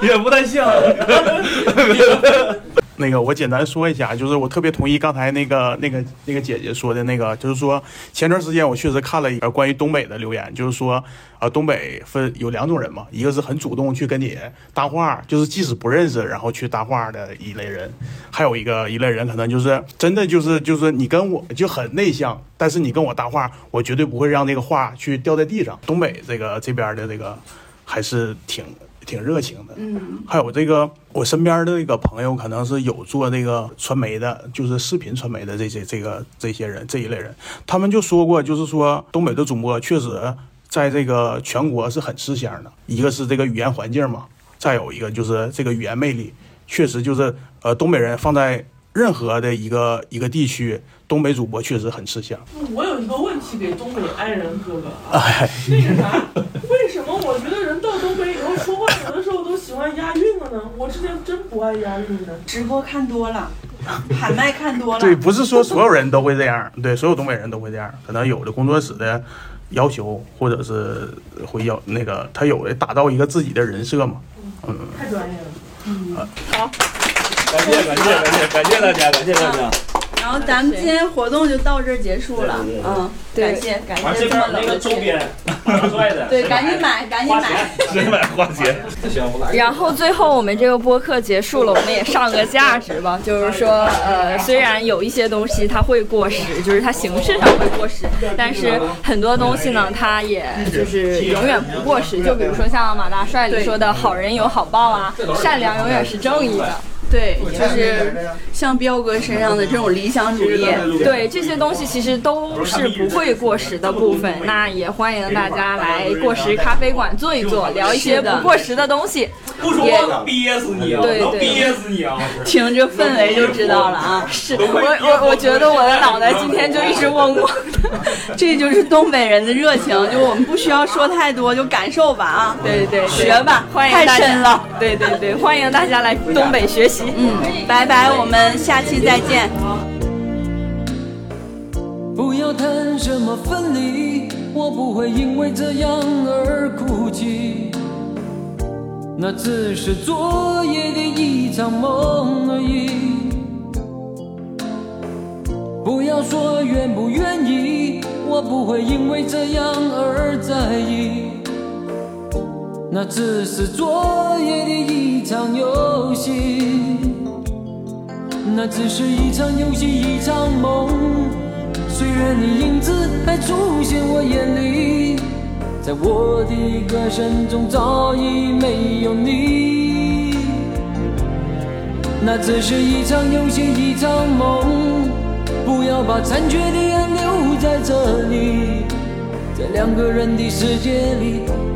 [SPEAKER 5] 也不太像。
[SPEAKER 11] 那个我简单说一下，就是我特别同意刚才那个那个那个姐姐说的那个，就是说前段时间我确实看了一个关于东北的留言，就是说呃东北分有两种人嘛，一个是很主动去跟你搭话，就是即使不认识然后去搭话的一类人，还有一个一类人可能就是真的就是就是你跟我就很内向，但是你跟我搭话，我绝对不会让这个话去掉在地上。东北这个这边的这个还是挺挺热情的，
[SPEAKER 1] 嗯，
[SPEAKER 11] 还有这个，我身边的这个朋友，可能是有做这个传媒的，就是视频传媒的这些这个这些人这一类人，他们就说过，就是说东北的主播确实在这个全国是很吃香的，一个是这个语言环境嘛，再有一个就是这个语言魅力，确实就是呃东北人放在任何的一个一个地区，东北主播确实很吃香。
[SPEAKER 10] 我有一个问题给东北爱人哥哥啊，那个啥，为什么我觉得人到东北以后说话有的时候都喜欢押韵了呢？我之前真不爱押韵的。
[SPEAKER 1] 直播看多了，喊麦看多了，
[SPEAKER 11] 对，不是说所有人都会这样，对，所有东北人都会这样。可能有的工作室的要求，或者是会要那个，他有的打造一个自己的人设嘛。
[SPEAKER 10] 太专业了。
[SPEAKER 5] 感谢感谢感谢感谢大家，感谢大家。
[SPEAKER 1] 然后咱们
[SPEAKER 2] 哎
[SPEAKER 1] 今天活动就到这儿结束了
[SPEAKER 4] 对对对，对
[SPEAKER 1] 嗯，
[SPEAKER 2] 对
[SPEAKER 1] 感谢感
[SPEAKER 4] 完
[SPEAKER 1] 谢这
[SPEAKER 4] 这边
[SPEAKER 1] 么
[SPEAKER 4] 有
[SPEAKER 1] 冷
[SPEAKER 4] 那
[SPEAKER 1] 的
[SPEAKER 4] 个周
[SPEAKER 1] 天
[SPEAKER 4] 边， 大帅的，
[SPEAKER 1] 对，赶紧买，赶紧
[SPEAKER 4] 花
[SPEAKER 1] 买
[SPEAKER 4] 钱，，
[SPEAKER 5] 谁买花钱？
[SPEAKER 7] 行，我来。
[SPEAKER 2] 然后最后我们这个播客结束了，我们也上个价值吧，就是说，呃，虽然有一些东西它会过时，就是它形式上会过时，但是很多东西呢，它也就是永远不过时。就比如说像马大帅里说的“好人有好报”啊，善良永远是正义的。
[SPEAKER 1] 对，就是像彪哥身上的这种理想主义，
[SPEAKER 2] 对这些东西其实都是不会过时的部分，那也欢迎大家来过时咖啡馆坐一坐，聊一些不过时的东西。
[SPEAKER 7] 不说话能憋死你啊，
[SPEAKER 2] 对
[SPEAKER 7] 能
[SPEAKER 2] 对
[SPEAKER 7] 憋死你啊！
[SPEAKER 1] 听这氛围就知道 了啊。
[SPEAKER 2] 是我我我觉得我的脑袋今天就一直嗡嗡的。
[SPEAKER 1] 这就是东北人的热情，就我们不需要说太多，就感受吧啊，
[SPEAKER 2] 对对，对
[SPEAKER 1] 学吧，
[SPEAKER 2] 欢迎
[SPEAKER 1] 太
[SPEAKER 2] 大家
[SPEAKER 1] 深了。
[SPEAKER 2] 对对对，欢迎大家来东北学习。嗯。
[SPEAKER 1] 嗯，拜拜，我们下期再见。
[SPEAKER 12] 不要谈什么分离，我不会因为这样而哭泣。那只是昨夜的一场梦而已。不要说愿不愿意，我不会因为这样而在意。那只是昨夜的一场游戏，那只是一场游戏，一场梦。虽然你影子还出现我眼里，在我的歌声中早已没有你。那只是一场游戏，一场梦，不要把残缺的爱留在这里，在两个人的世界里，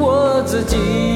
[SPEAKER 12] 我自己。